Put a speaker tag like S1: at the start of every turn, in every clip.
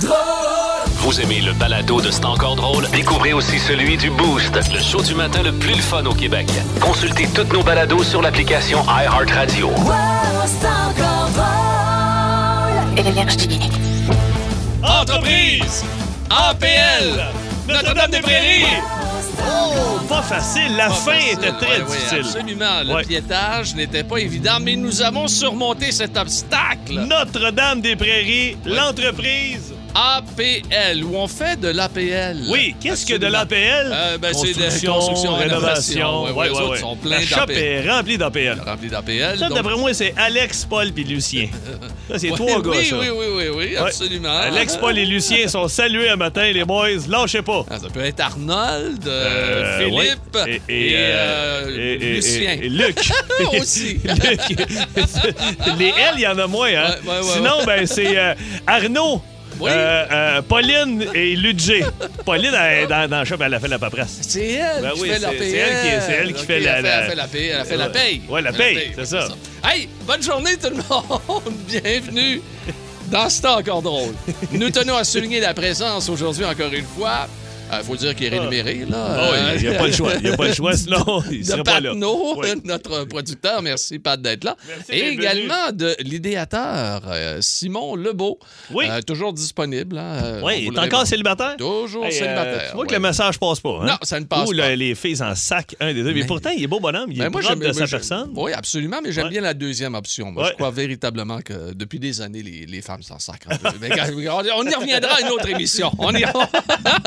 S1: drôle.
S2: Vous aimez le balado de C'est encore drôle? Découvrez aussi celui du Boost, le show du matin le plus le fun au Québec. Consultez toutes nos balados sur l'application iHeartRadio.
S1: Wow, c'est encore drôle. Énergie.
S3: Entreprise! APL! Notre-Dame-des-Prairies! Oh, pas facile. La
S4: Pas
S3: fin
S4: facile.
S3: était très
S4: Ouais, ouais,
S3: difficile.
S4: Ah, ben absolument. Le
S3: Ouais.
S4: piétage n'était pas évident, mais nous avons surmonté cet obstacle.
S3: Notre-Dame-des-Prairies, l'entreprise.
S4: APL, où on fait de l'APL.
S3: Oui, qu'est-ce que de
S4: Absolument.
S3: l'APL?
S4: Euh, ben, c'est de construction, rénovation. Ouais, ouais,
S3: Ouais,
S4: les
S3: ouais,
S4: autres
S3: ouais.
S4: sont
S3: La
S4: pleins
S3: shop
S4: d'APL.
S3: est remplie d'APL.
S4: Rempli d'APL.
S3: Ça,
S4: Euh, donc-
S3: d'après moi, c'est Alex, Paul puis Lucien. Ça, c'est
S4: Ouais,
S3: trois gars,
S4: oui,
S3: ça.
S4: Oui, oui, oui, oui,
S3: Ouais.
S4: absolument.
S3: Alex, Paul et Lucien sont salués un matin, les boys. Lâchez pas.
S4: Ah, ça peut être Arnold, euh,
S3: Euh,
S4: Philippe
S3: ouais.
S4: et, euh,
S3: et- et-
S4: Lucien. Ah,
S3: et- et Luc.
S4: Aussi.
S3: Luc. Les L, il y en a moins. Hein?
S4: Ouais, ouais, ouais,
S3: Sinon, ben, c'est euh, Arnaud.
S4: Oui.
S3: euh, euh, Pauline et Ludger. Pauline, elle est dans, dans le shop, elle a fait la paperasse.
S4: C'est elle
S3: Ben
S4: qui
S3: oui,
S4: fait
S3: c'est-
S4: la paye.
S3: c'est elle qui- c'est elle qui
S4: Ok,
S3: fait la-
S4: elle fait- elle
S3: la-
S4: fait la paye. Elle fait la
S3: Ouais.
S4: paye.
S3: Ouais, la
S4: Elle
S3: paye,
S4: paye,
S3: c'est ça.
S4: Hey, bonne journée tout le monde. Bienvenue dans ce temps encore drôle. Nous tenons à souligner la présence aujourd'hui encore une fois. Il faut dire qu'il est rémunéré, là.
S3: Oh,
S4: Euh,
S3: il n'y a pas le choix. Il n'y a pas le choix, sinon, il
S4: de
S3: serait pas là.
S4: Patnaud,
S3: Ouais.
S4: notre producteur. Merci, Pat, d'être là.
S3: Merci,
S4: Et
S3: bienvenue.
S4: également de l'idéateur, euh, Simon Lebeau.
S3: Oui.
S4: Euh, toujours disponible. hein, euh,
S3: Oui,
S4: on vous
S3: il
S4: le
S3: est encore
S4: répète.
S3: célibataire.
S4: Toujours
S3: Hey, euh,
S4: célibataire.
S3: tu vois que
S4: ouais.
S3: le message passe pas. hein?
S4: Non, ça ne passe
S3: Ou
S4: pas.
S3: le- les filles en sac, un des deux. Mais,
S4: Mais-
S3: pourtant, il est beau bonhomme, il est
S4: Ben, moi,
S3: propre
S4: j'aime-
S3: de sa
S4: moi, j'aime-
S3: personne.
S4: Oui, absolument, mais j'aime
S3: Ouais.
S4: bien la deuxième option. Moi,
S3: Ouais.
S4: je crois véritablement que depuis des années, les, les femmes s'en sacrent. un peu. Mais quand- on y reviendra à une autre émission. On y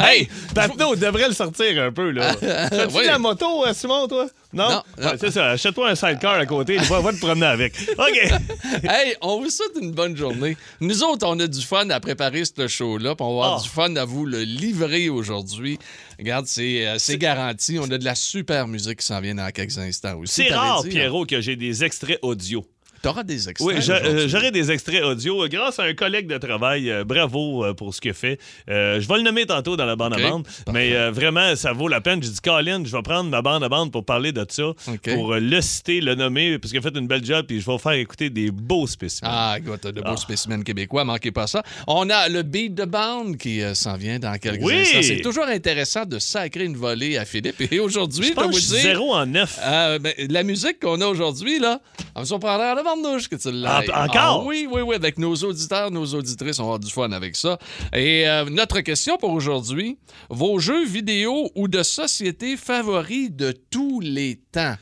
S4: hey,
S3: Patnaud devrait le sortir un peu, là. T'as-tu
S4: Oui.
S3: la moto, euh, Simon, toi? Non?
S4: Non, non.
S3: Ouais, c'est ça, achète-toi un sidecar à côté, va, va te promener avec. OK.
S4: hey, on vous souhaite une bonne journée. Nous autres, on a du fun à préparer ce show-là, puis on va avoir
S3: Ah.
S4: du fun à vous le livrer aujourd'hui. Regarde, c'est euh, c'est garanti. On a de la super musique qui s'en vient dans quelques instants aussi.
S3: C'est
S4: t'avais
S3: rare,
S4: dit, hein.
S3: Pierrot, que j'ai des extraits audio.
S4: T'auras des extraits.
S3: Oui, j'a-
S4: aujourd'hui.
S3: euh, j'aurai des extraits audio euh, grâce à un collègue de travail. euh, bravo euh, pour ce qu'il fait. Euh, je vais le nommer tantôt dans la bande
S4: Ok,
S3: à bande, mais euh, vraiment, ça vaut la peine. J'ai dit, Colin, je vais prendre ma bande à bande pour parler de ça,
S4: Ok.
S3: pour euh, le citer, le nommer, parce qu'il a fait une belle job, puis je vais vous faire écouter des beaux spécimens.
S4: Ah, écoute, de beaux spécimens québécois, manquez pas ça. On a le beat de bande qui euh, s'en vient dans quelques
S3: Oui.
S4: instants. C'est toujours intéressant de sacrer une volée à Philippe. Et aujourd'hui,
S3: je
S4: je vais
S3: pense que
S4: vous
S3: je suis
S4: dire.
S3: zéro en neuf.
S4: euh, ben, la musique qu'on a aujourd'hui, là, on me surprendra de bandouche que tu l'as.
S3: Ah, encore?
S4: Ah oui, oui, oui, avec nos auditeurs, nos auditrices, on va avoir du fun avec ça. Et euh, notre question pour aujourd'hui, vos jeux vidéo ou de société favoris de tous les temps?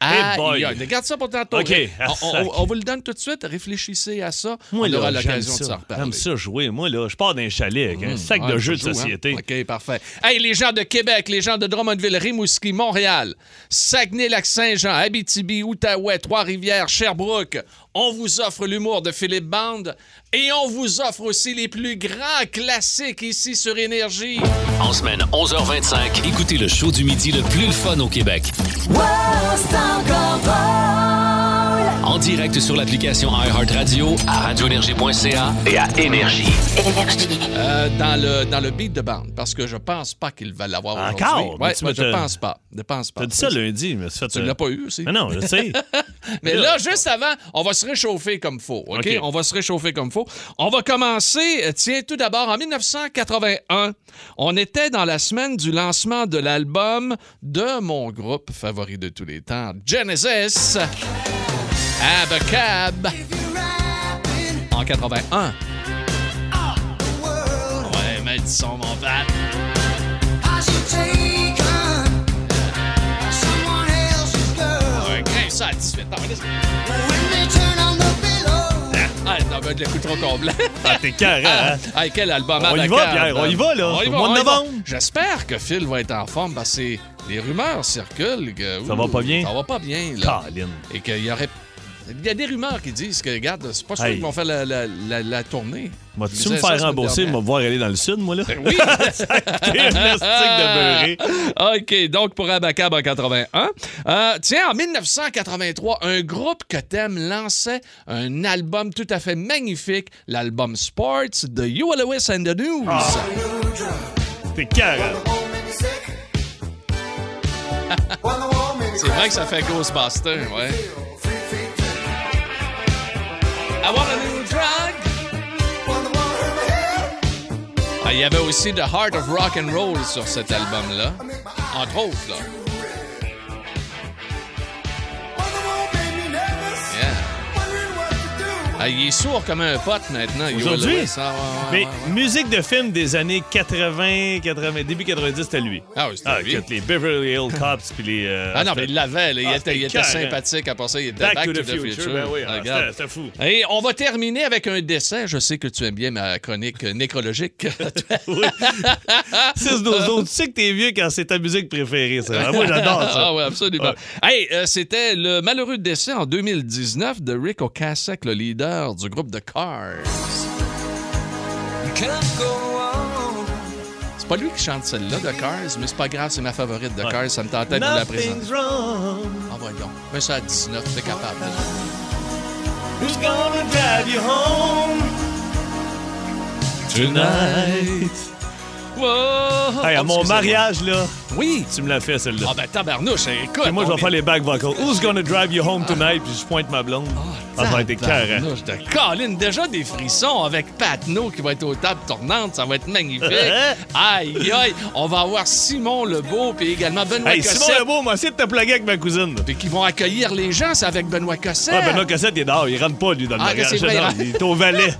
S4: Aïe,
S3: boy.
S4: aïe. Garde ça pour tantôt.
S3: OK.
S4: Ré-
S3: Ah,
S4: On, on-
S3: sac.
S4: on vous le donne tout de suite. Réfléchissez à ça.
S3: Moi,
S4: on
S3: là,
S4: aura
S3: j'aime
S4: l'occasion de
S3: ça.
S4: s'en reparler.
S3: J'aime ça jouer. Moi, là, je pars d'un chalet avec un sac
S4: Ah,
S3: de
S4: tu
S3: jeux de
S4: joues, hein?
S3: société.
S4: OK, parfait. Hey, les gens de Québec, les gens de Drummondville, Rimouski, Montréal, Saguenay-Lac-Saint-Jean, Abitibi, Outaouais, Trois-Rivières, Sherbrooke, on vous offre l'humour de Philippe Bande et on vous offre aussi les plus grands classiques ici sur Énergie.
S2: En semaine 11h25, écoutez le show du midi le plus le fun au Québec.
S1: Wow, c'est encore drôle.
S2: En direct sur l'application iHeartRadio, à radioénergie.ca et à Énergie.
S4: Euh, dans, le, dans le beat de Bande, parce que je pense pas qu'il va l'avoir aujourd'hui.
S3: Encore? Mais
S4: Ouais,
S3: tu
S4: ouais,
S3: me
S4: je
S3: te-
S4: pense pas. Je pense pas.
S3: T'as dit ça lundi, je me suis fait.
S4: Tu l'as pas eu aussi.
S3: Non, non, je sais.
S4: Mais
S3: Là,
S4: là, juste avant, on va se réchauffer comme faut, OK?
S3: OK.
S4: On va se réchauffer comme faut. On va commencer, euh, tiens, tout d'abord, en 1981, on était dans la semaine du lancement de l'album de mon groupe favori de tous les temps, Genesis, Abacab, en 81. Ouais, mais disons, mon van. Ouais, grimpe ça à 18 ans. Ah, non, mais le coup trop complet. Ah,
S3: Ah, t'es carré, hein?
S4: Hey, quel album
S3: On
S4: à
S3: y
S4: la
S3: va,
S4: carte.
S3: Pierre, on y va, là.
S4: On y
S3: Au
S4: va,
S3: mois de
S4: on y va.
S3: novembre.
S4: J'espère que Phil va être en forme parce que les rumeurs circulent. que,
S3: Ça
S4: ouh,
S3: va pas bien?
S4: Ça va pas bien, là.
S3: Colin.
S4: Et qu'il y aurait. Il y a des rumeurs qui disent que, regarde, c'est pas sûr
S3: Hey.
S4: qu'ils vont faire la, la, la, la tournée. Je
S3: Vas-tu
S4: disais
S3: me
S4: ça la
S3: faire
S4: semaine
S3: rembourser,
S4: dernière.
S3: me voir aller dans le sud, moi, là?
S4: Oui!
S3: T'es une astique de beurré.
S4: OK, donc pour Abacab en 81. Euh, tiens, en 1983, un groupe que t'aimes lançait un album tout à fait magnifique, l'album Sports de You Lewis and the News.
S3: Ah. T'es carré.
S4: C'est vrai que ça fait Ghostbuster, ouais. I want a new drug. Ah, il y avait aussi The Heart of Rock and Roll sur cet album-là. Entre autres, là. Yeah. Ah, il est sourd comme un pote maintenant. Yo
S3: Aujourd'hui?
S4: Lewis. Ah, ouais, ouais,
S3: Mais
S4: ouais.
S3: musique de film des années 80, 80 début 90, c'était lui.
S4: Ah oui, c'était lui.
S3: écoute, les Beverly Hills Cops puis les. euh,
S4: Ah non, mais
S3: c'était-
S4: il l'avait. là. Il
S3: Ah,
S4: était, il
S3: c'était
S4: était
S3: carré.
S4: sympathique. Après ça, il était
S3: Back, to the, Future. Ben oui,
S4: Ah,
S3: ah,
S4: regarde.
S3: c'était- c'était fou.
S4: Et on va terminer avec un décès. Je sais que tu aimes bien ma chronique euh, nécrologique.
S3: 6 12 autres. Tu sais que t'es vieux quand c'est ta musique préférée, ça. Ah, Moi, j'adore ça.
S4: ah oui, absolument. Hey, euh, c'était le malheureux décès en 2019 de Rick Ocasek, le leader du groupe de Cars. C'est pas lui qui chante celle-là de Cars, mais c'est pas grave, c'est ma favorite de
S3: Ouais.
S4: Cars. Ça me tentait de vous la présenter.
S3: Nothing's wrong.
S4: Ah ouais, donc. Mais ça à 19, t'es capable.
S3: Who's gonna drive you home tonight?
S4: Wow!
S3: Hey, à mon
S4: Excusez-moi.
S3: mariage, là,
S4: Oui!
S3: tu me l'as fait, celle-là.
S4: Ah ben tabarnouche, écoute!
S3: Puis moi, je
S4: on
S3: vais faire
S4: vient-
S3: les back vocals. Who's gonna drive you home tonight? Puis je pointe ma blonde.
S4: Ah,
S3: Ah, ça va être écœurant.
S4: Tabarnouche de Colin, déjà des frissons avec Patno qui va être aux tables tournantes, ça va être magnifique. aïe, aïe, on va avoir Simon Lebeau puis également Benoît
S3: Hey, Simon
S4: Cossette
S3: Lebeau, moi, essayé de te plaguer avec ma cousine.
S4: puis qui vont accueillir les gens, c'est avec Benoît Cossette.
S3: Ouais, Benoît Cossette, il est dehors. Il rentre pas, lui, dans le
S4: Ah,
S3: mariage.
S4: c'est vrai,
S3: Non,
S4: hein.
S3: il est au valet.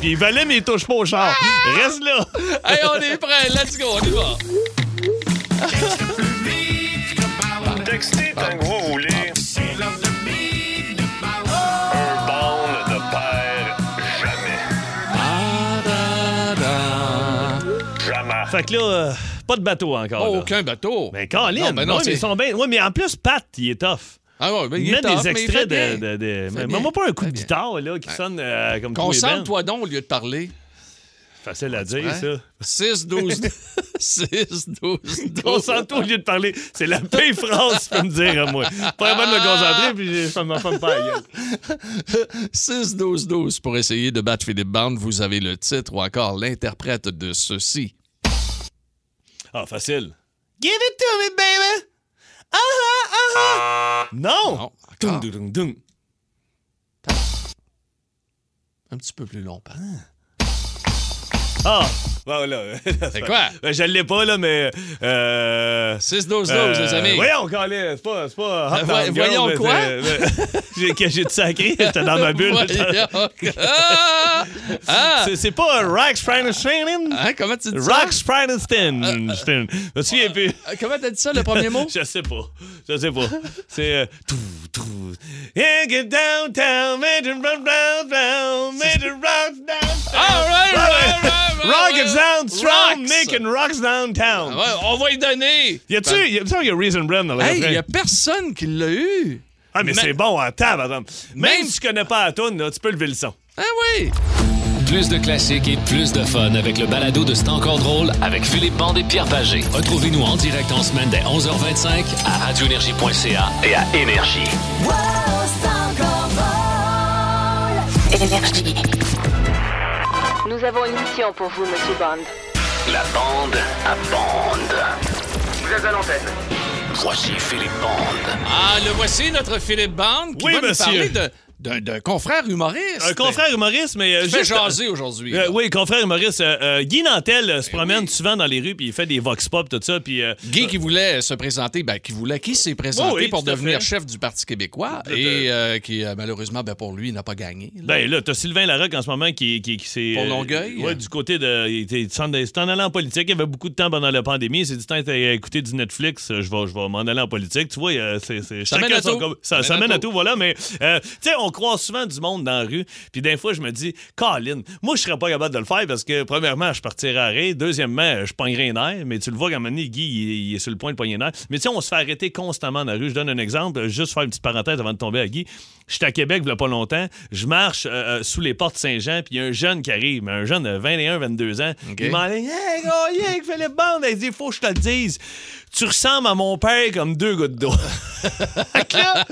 S3: Puis il valet, mais il touche pas au char. Reste là.
S4: Hey, on est prêts, let's go, on y va.
S5: Texter est un gros roulé. Un bond ne perd jamais.
S3: Ah,
S4: Oh,
S5: Jamais.
S3: Fait que là, euh, pas de bateau encore. là.
S4: aucun bateau.
S3: Mais Colin,
S4: Non, ben non,
S3: ouais, mais
S4: c'est-
S3: ils sont bien. Oui, mais en plus, Pat, il est tough.
S4: Ah ouais, ben,
S3: Il
S4: il est
S3: met
S4: top,
S3: des
S4: mais il fait
S3: extraits de.
S4: bien.
S3: de- de-
S4: fait
S3: mais
S4: bien.
S3: maman pas un coup
S4: Fait
S3: de
S4: bien.
S3: guitare là, qui sonne euh, comme tous les bands.
S4: Concentre-toi donc au lieu de parler.
S3: Facile à dire,
S4: Hein?
S3: ça.
S4: 6, 12, 6, 12, 12.
S3: Concentre-toi au lieu de parler. C'est la paix France, tu peux me dire à moi. Pas la bonne de me concentrer, puis j'ai- ça me fait me faire la gueule.
S4: 6-12-12 pour essayer de battre Philippe Bande. Vous avez le titre ou encore l'interprète de ceci.
S3: Ah, facile. Give it to me, baby! Ah ah ah ah! Non!
S4: Non,
S3: Dun,
S4: encore.
S3: dun, dun, dun.
S4: Un petit peu plus long, par
S3: Ah! Voilà.
S4: C'est quoi?
S3: Ben, je l'ai pas, là, mais. Euh,
S4: 6-12-12,
S3: Euh,
S4: les amis.
S3: Voyons, Colin, c'est pas, c'est pas
S4: Euh,
S3: hot
S4: voy-
S3: down
S4: voyons
S3: girl,
S4: quoi?
S3: mais c'est- euh, J'ai que j'ai de sacré, j'étais dans ma bulle.
S4: Voyons. Ah! Ah!
S3: C'est- C'est pas un Rack Sprinerstein?
S4: Hein, comment tu dis ça? Ah,
S3: Rack Sprinerstein. Je me souviens plus.
S4: Euh, Comment t'as dit ça, le premier mot?
S3: Je sais pas. Je sais pas. C'est. euh, Tout, tout. Yeah, get downtown, make it rock downtown, make it rock downtown.
S4: All right, all right, all right, all
S3: Rock
S4: right.
S3: it down strong,
S4: Rocks.
S3: making rocks downtown.
S4: Ah, Ouais, on va y donner.
S3: Y a-tu. Y a- il me semble qu'il y a Reason Brand dans le
S4: Hey,
S3: refrain.
S4: y a personne qui l'a eu.
S3: Ah, mais
S4: Ma-
S3: c'est bon en table, attends. Même,
S4: Même-
S3: si tu connais pas la toune, là, tu peux lever le son.
S4: Ah oui!
S2: Plus de classiques et plus de fun avec le balado de C'est encore drôle avec Philippe Bande et Pierre Pagé. Retrouvez-nous en direct en semaine dès 11h25 à radioénergie.ca et à Énergie.
S6: Nous avons une mission pour vous, Monsieur Bond.
S2: La bande à bande. Voici Philippe Bande.
S4: Ah, le voici, notre Philippe Bande, qui
S3: Oui,
S4: va nous
S3: monsieur.
S4: parler de- d'un d'un confrère humoriste.
S3: Un confrère humoriste, mais. euh,
S4: Je fais
S3: juste-
S4: jaser aujourd'hui.
S3: Euh,
S4: là. Ben
S3: oui, confrère humoriste. euh, euh, Guy Nantel euh, se promène souvent dans les rues, puis il fait des vox pop, tout ça, puis. euh,
S4: Guy qui voulait se présenter, ben, qui voulait, qui s'est présenté
S3: Oui, oui,
S4: pour
S3: tout à
S4: devenir
S3: fait.
S4: chef du Parti québécois
S3: Tout à fait.
S4: et euh, qui, euh, malheureusement, ben, pour lui, n'a pas gagné. là.
S3: Ben là, t'as Sylvain Larocque en ce moment qui, qui, qui s'est.
S4: Pour
S3: euh,
S4: Longueuil.
S3: ouais, du côté de. Il était- il s'en il s'en allait en politique. Il avait beaucoup de temps pendant la pandémie. Il s'est dit, tiens, t'as euh, écouté du Netflix, euh, je vais, je vais m'en aller en politique. Tu vois, euh, c'est. c'est-
S4: Ça
S3: chacun
S4: mène à
S3: son
S4: tout.
S3: com- Ça,
S4: Ça
S3: ça
S4: mène à
S3: mène à
S4: tout.
S3: tout, voilà. Mais, euh, tu sais, on croise souvent du monde dans la rue. Puis des fois, je me dis, Colin, moi, je serais pas capable de le faire parce que, premièrement, je partirais arrêt. Deuxièmement, je pognerais un air. Mais tu le vois, quand donné, Guy, il, il est sur le point de pogner un air. Mais tu sais, on se fait arrêter constamment dans la rue. Je donne un exemple. Juste faire une petite parenthèse avant de tomber à Guy. J'étais à Québec il y a pas longtemps. Je marche euh, euh, sous les portes Saint-Jean, puis il y a un jeune qui arrive, mais un jeune de 21-22 ans.
S4: OK.
S3: Il m'en dit Hey, gars, yeah, Philippe Bond, il dit Faut que je te le dise. Tu ressembles à mon père comme deux gouttes d'eau. Fait que là,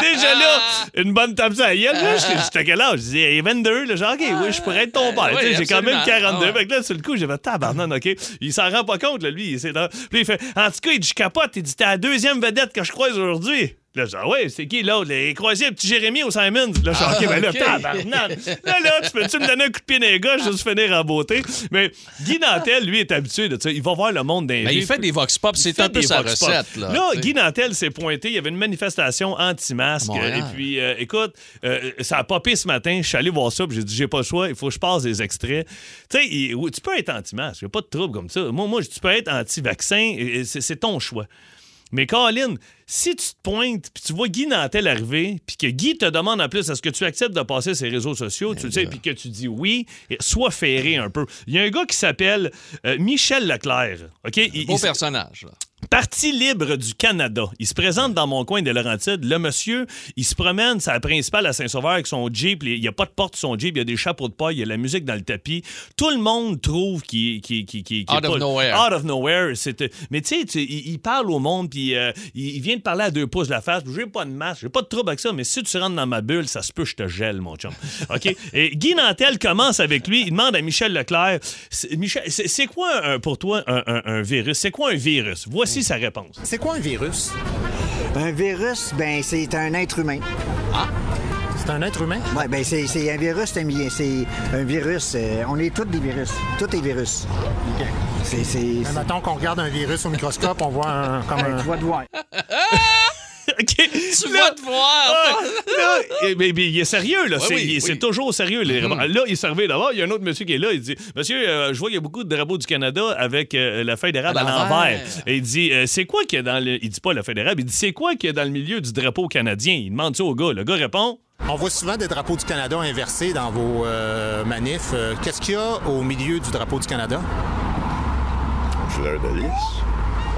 S3: déjà là,
S4: Ah.
S3: une bonne tape sur la gueule. Là, j'étais j'étais à quel âge? Je dis, il est 22. Là, genre, OK, oui, je pourrais être ton père.
S4: Ah, oui,
S3: Tu sais, j'ai quand même
S4: absolument.
S3: 42.
S4: Ah ouais.
S3: Fait que là, sur le coup, j'ai fait tabarnane, OK? Il s'en rend pas compte, là, lui. Il, s'est dans- Puis là, il fait, en tout cas, il dit, je capote. Il dit, t'es la deuxième vedette que je croise aujourd'hui. Puis là, je dis, ah ouais, c'est qui l'autre? Les croisiers, petit Jérémy au Simons. Puis Là, je suis ok, ben là,
S4: Ah, ok.
S3: tabarnak. Là, là, tu peux-tu me donner un coup de pied dans les gars, juste finir en beauté? Mais Guy Nantel, lui, est habitué de ça. Il va voir le monde d'un
S4: Mais Ben, il fait des vox pop, c'est
S3: fait
S4: un peu
S3: des
S4: sa
S3: vox pop.
S4: recette. Là, tu sais.
S3: Guy Nantel s'est pointé. Il y avait une manifestation anti-masque.
S4: À
S3: Et
S4: Montréal.
S3: puis, euh, écoute, euh, ça a popé ce matin. Je suis allé voir ça. puis J'ai dit, j'ai pas le choix. Il faut que je passe des extraits. Tu sais, il- oui, tu peux être anti-masque. Il n'y a pas de trouble comme ça. Moi, moi tu peux être anti-vaccin. et- et C'est c'est ton choix. Mais Colin, si tu te pointes puis tu vois Guy Nantel arriver, puis que Guy te demande en plus est-ce que tu acceptes de passer ses réseaux sociaux,
S4: Eh
S3: tu le sais, puis que tu dis oui, et sois ferré un peu. Il y a un gars qui s'appelle euh, Michel Leclerc. OK? Il-
S4: Beau
S3: il-
S4: personnage. là.
S3: Parti libre du Canada. Il se présente dans mon coin de Laurentides. Le monsieur, il se promène, c'est la principale à Saint-Sauveur avec son Jeep. Il n'y a pas de porte sur son Jeep, il y a des chapeaux de paille, il y a la musique dans le tapis. Tout le monde trouve qu'il qu'il- qu'il- qu'il- qu'il est
S4: Out of
S3: pas-
S4: nowhere.
S3: Out of nowhere. C'est, euh, Mais tu sais, tu- il, il parle au monde, puis euh, il, il vient de parler à deux pouces de la face. J'ai pas de masque, j'ai pas de trouble avec ça, mais si tu rentres dans ma bulle, ça se peut, je te gèle, mon chum. OK? Et Guy Nantel commence avec lui. Il demande à Michel Leclerc c'est- Michel, c'est, c'est quoi un- pour toi un, un- un virus? C'est quoi un virus? Voici sa réponse.
S7: C'est quoi un virus?
S8: Un virus, ben c'est un être humain.
S7: Ah, C'est un être humain?
S8: Ouais, ben c'est c'est un virus, c'est un, vi- c'est un virus. euh, on est tous des virus. Tout est virus. C'est c'est. Ben,
S7: Mais Ben, mettons qu'on regarde un virus au microscope, on voit un, comme
S8: Tu
S7: un...
S8: vas te voir.
S3: OK?
S4: Tu
S3: Là-
S4: vas te voir!
S3: Ah, là, eh, mais, mais il est sérieux, là.
S4: Oui,
S3: c'est
S4: oui,
S3: il-
S4: oui.
S3: c'est toujours sérieux. les rapports. Là, il servait d'abord. Il y a un autre monsieur qui est là. Il dit Monsieur, euh, je vois qu'il y a beaucoup de drapeaux du Canada avec euh, la feuille d'érable à
S4: À l'envers.
S3: l'envers. Et il dit euh, C'est quoi qu'il y a dans le. Il dit pas la feuille d'érable. Il dit C'est quoi qu'il y a dans le milieu du drapeau canadien Il demande ça au gars. Le gars répond
S7: On voit souvent des drapeaux du Canada inversés dans vos euh, manifs. Euh, Qu'est-ce qu'il y a au milieu du drapeau du Canada?
S5: Fleur de lys.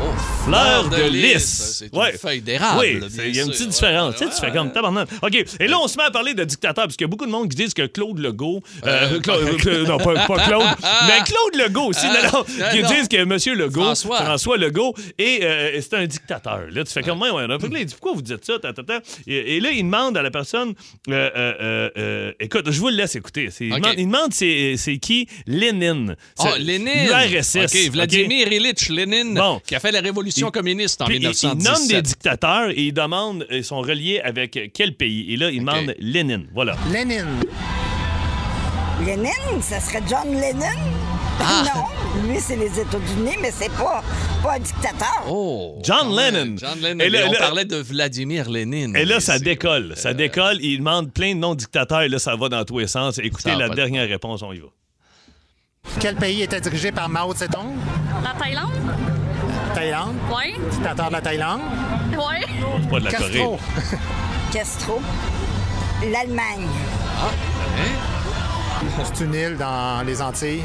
S4: Oh,
S3: Fleur de, lys.
S4: C'est
S3: Ouais.
S4: une feuille d'érable.
S3: Oui,
S4: bien
S3: c'est- il y a une
S4: sûr.
S3: petite différence.
S4: Ouais,
S3: Tu sais, tu
S4: ouais,
S3: fais comme tabarnak. OK. Et là, on se met à parler de dictateur, parce qu'il y a beaucoup de monde qui disent que Claude Legault. euh,
S4: Euh,
S3: Cla- euh, non, pas, pas Claude. mais Claude Legault aussi.
S4: Ah,
S3: non, non.
S4: ah,
S3: Qui
S4: non.
S3: disent que M. Legault.
S4: François.
S3: Legault. Et euh, c'est un dictateur. Là, tu fais comme. Ouais, ouais, ouais. Fait que là, il dit pourquoi vous dites ça? Ta, ta, ta. Et, et là, il demande à la personne. euh, euh, euh, euh, écoute, je vous le laisse écouter. C'est- Il,
S4: OK.
S3: demande, il demande c'est c'est qui? Lénine.
S4: Oh,
S3: C'est-
S4: Lénine!
S3: L'URSS.
S4: OK, Vladimir Ilyich Lénine,
S3: Bon.
S4: qui a fait la révolution
S3: Il-
S4: communiste en
S3: Puis, il- il
S4: 1917.
S3: nomme des dictateurs et il demande, ils sont reliés avec quel pays. Et là, il demande Lénine. Voilà.
S7: Lénine.
S9: Lénine, ça serait John Lennon?
S7: Ah!
S9: Non, lui, c'est les États-Unis, mais c'est pas, pas un dictateur.
S4: Oh,
S3: John
S4: quand même.
S3: Lennon.
S4: John Lennon.
S3: Et là-
S4: mais on
S3: là-
S4: parlait de Vladimir Lénine.
S3: Et là, ça
S4: C'est-
S3: décolle. Ça décolle. Il demande plein de noms-dictateurs et là, ça va dans tous les sens. Écoutez
S4: Ça va
S3: la
S4: pas.
S3: dernière réponse, on y va.
S7: Quel pays était dirigé par Mao Zedong?
S10: La Thaïlande?
S7: Thaïlande.
S10: Oui.
S7: Dictateur de la Thaïlande.
S10: Oui.
S3: C'est pas de la Corée.
S7: Castro.
S9: Castro. L'Allemagne.
S7: Ah, hein? C'est une île dans les Antilles.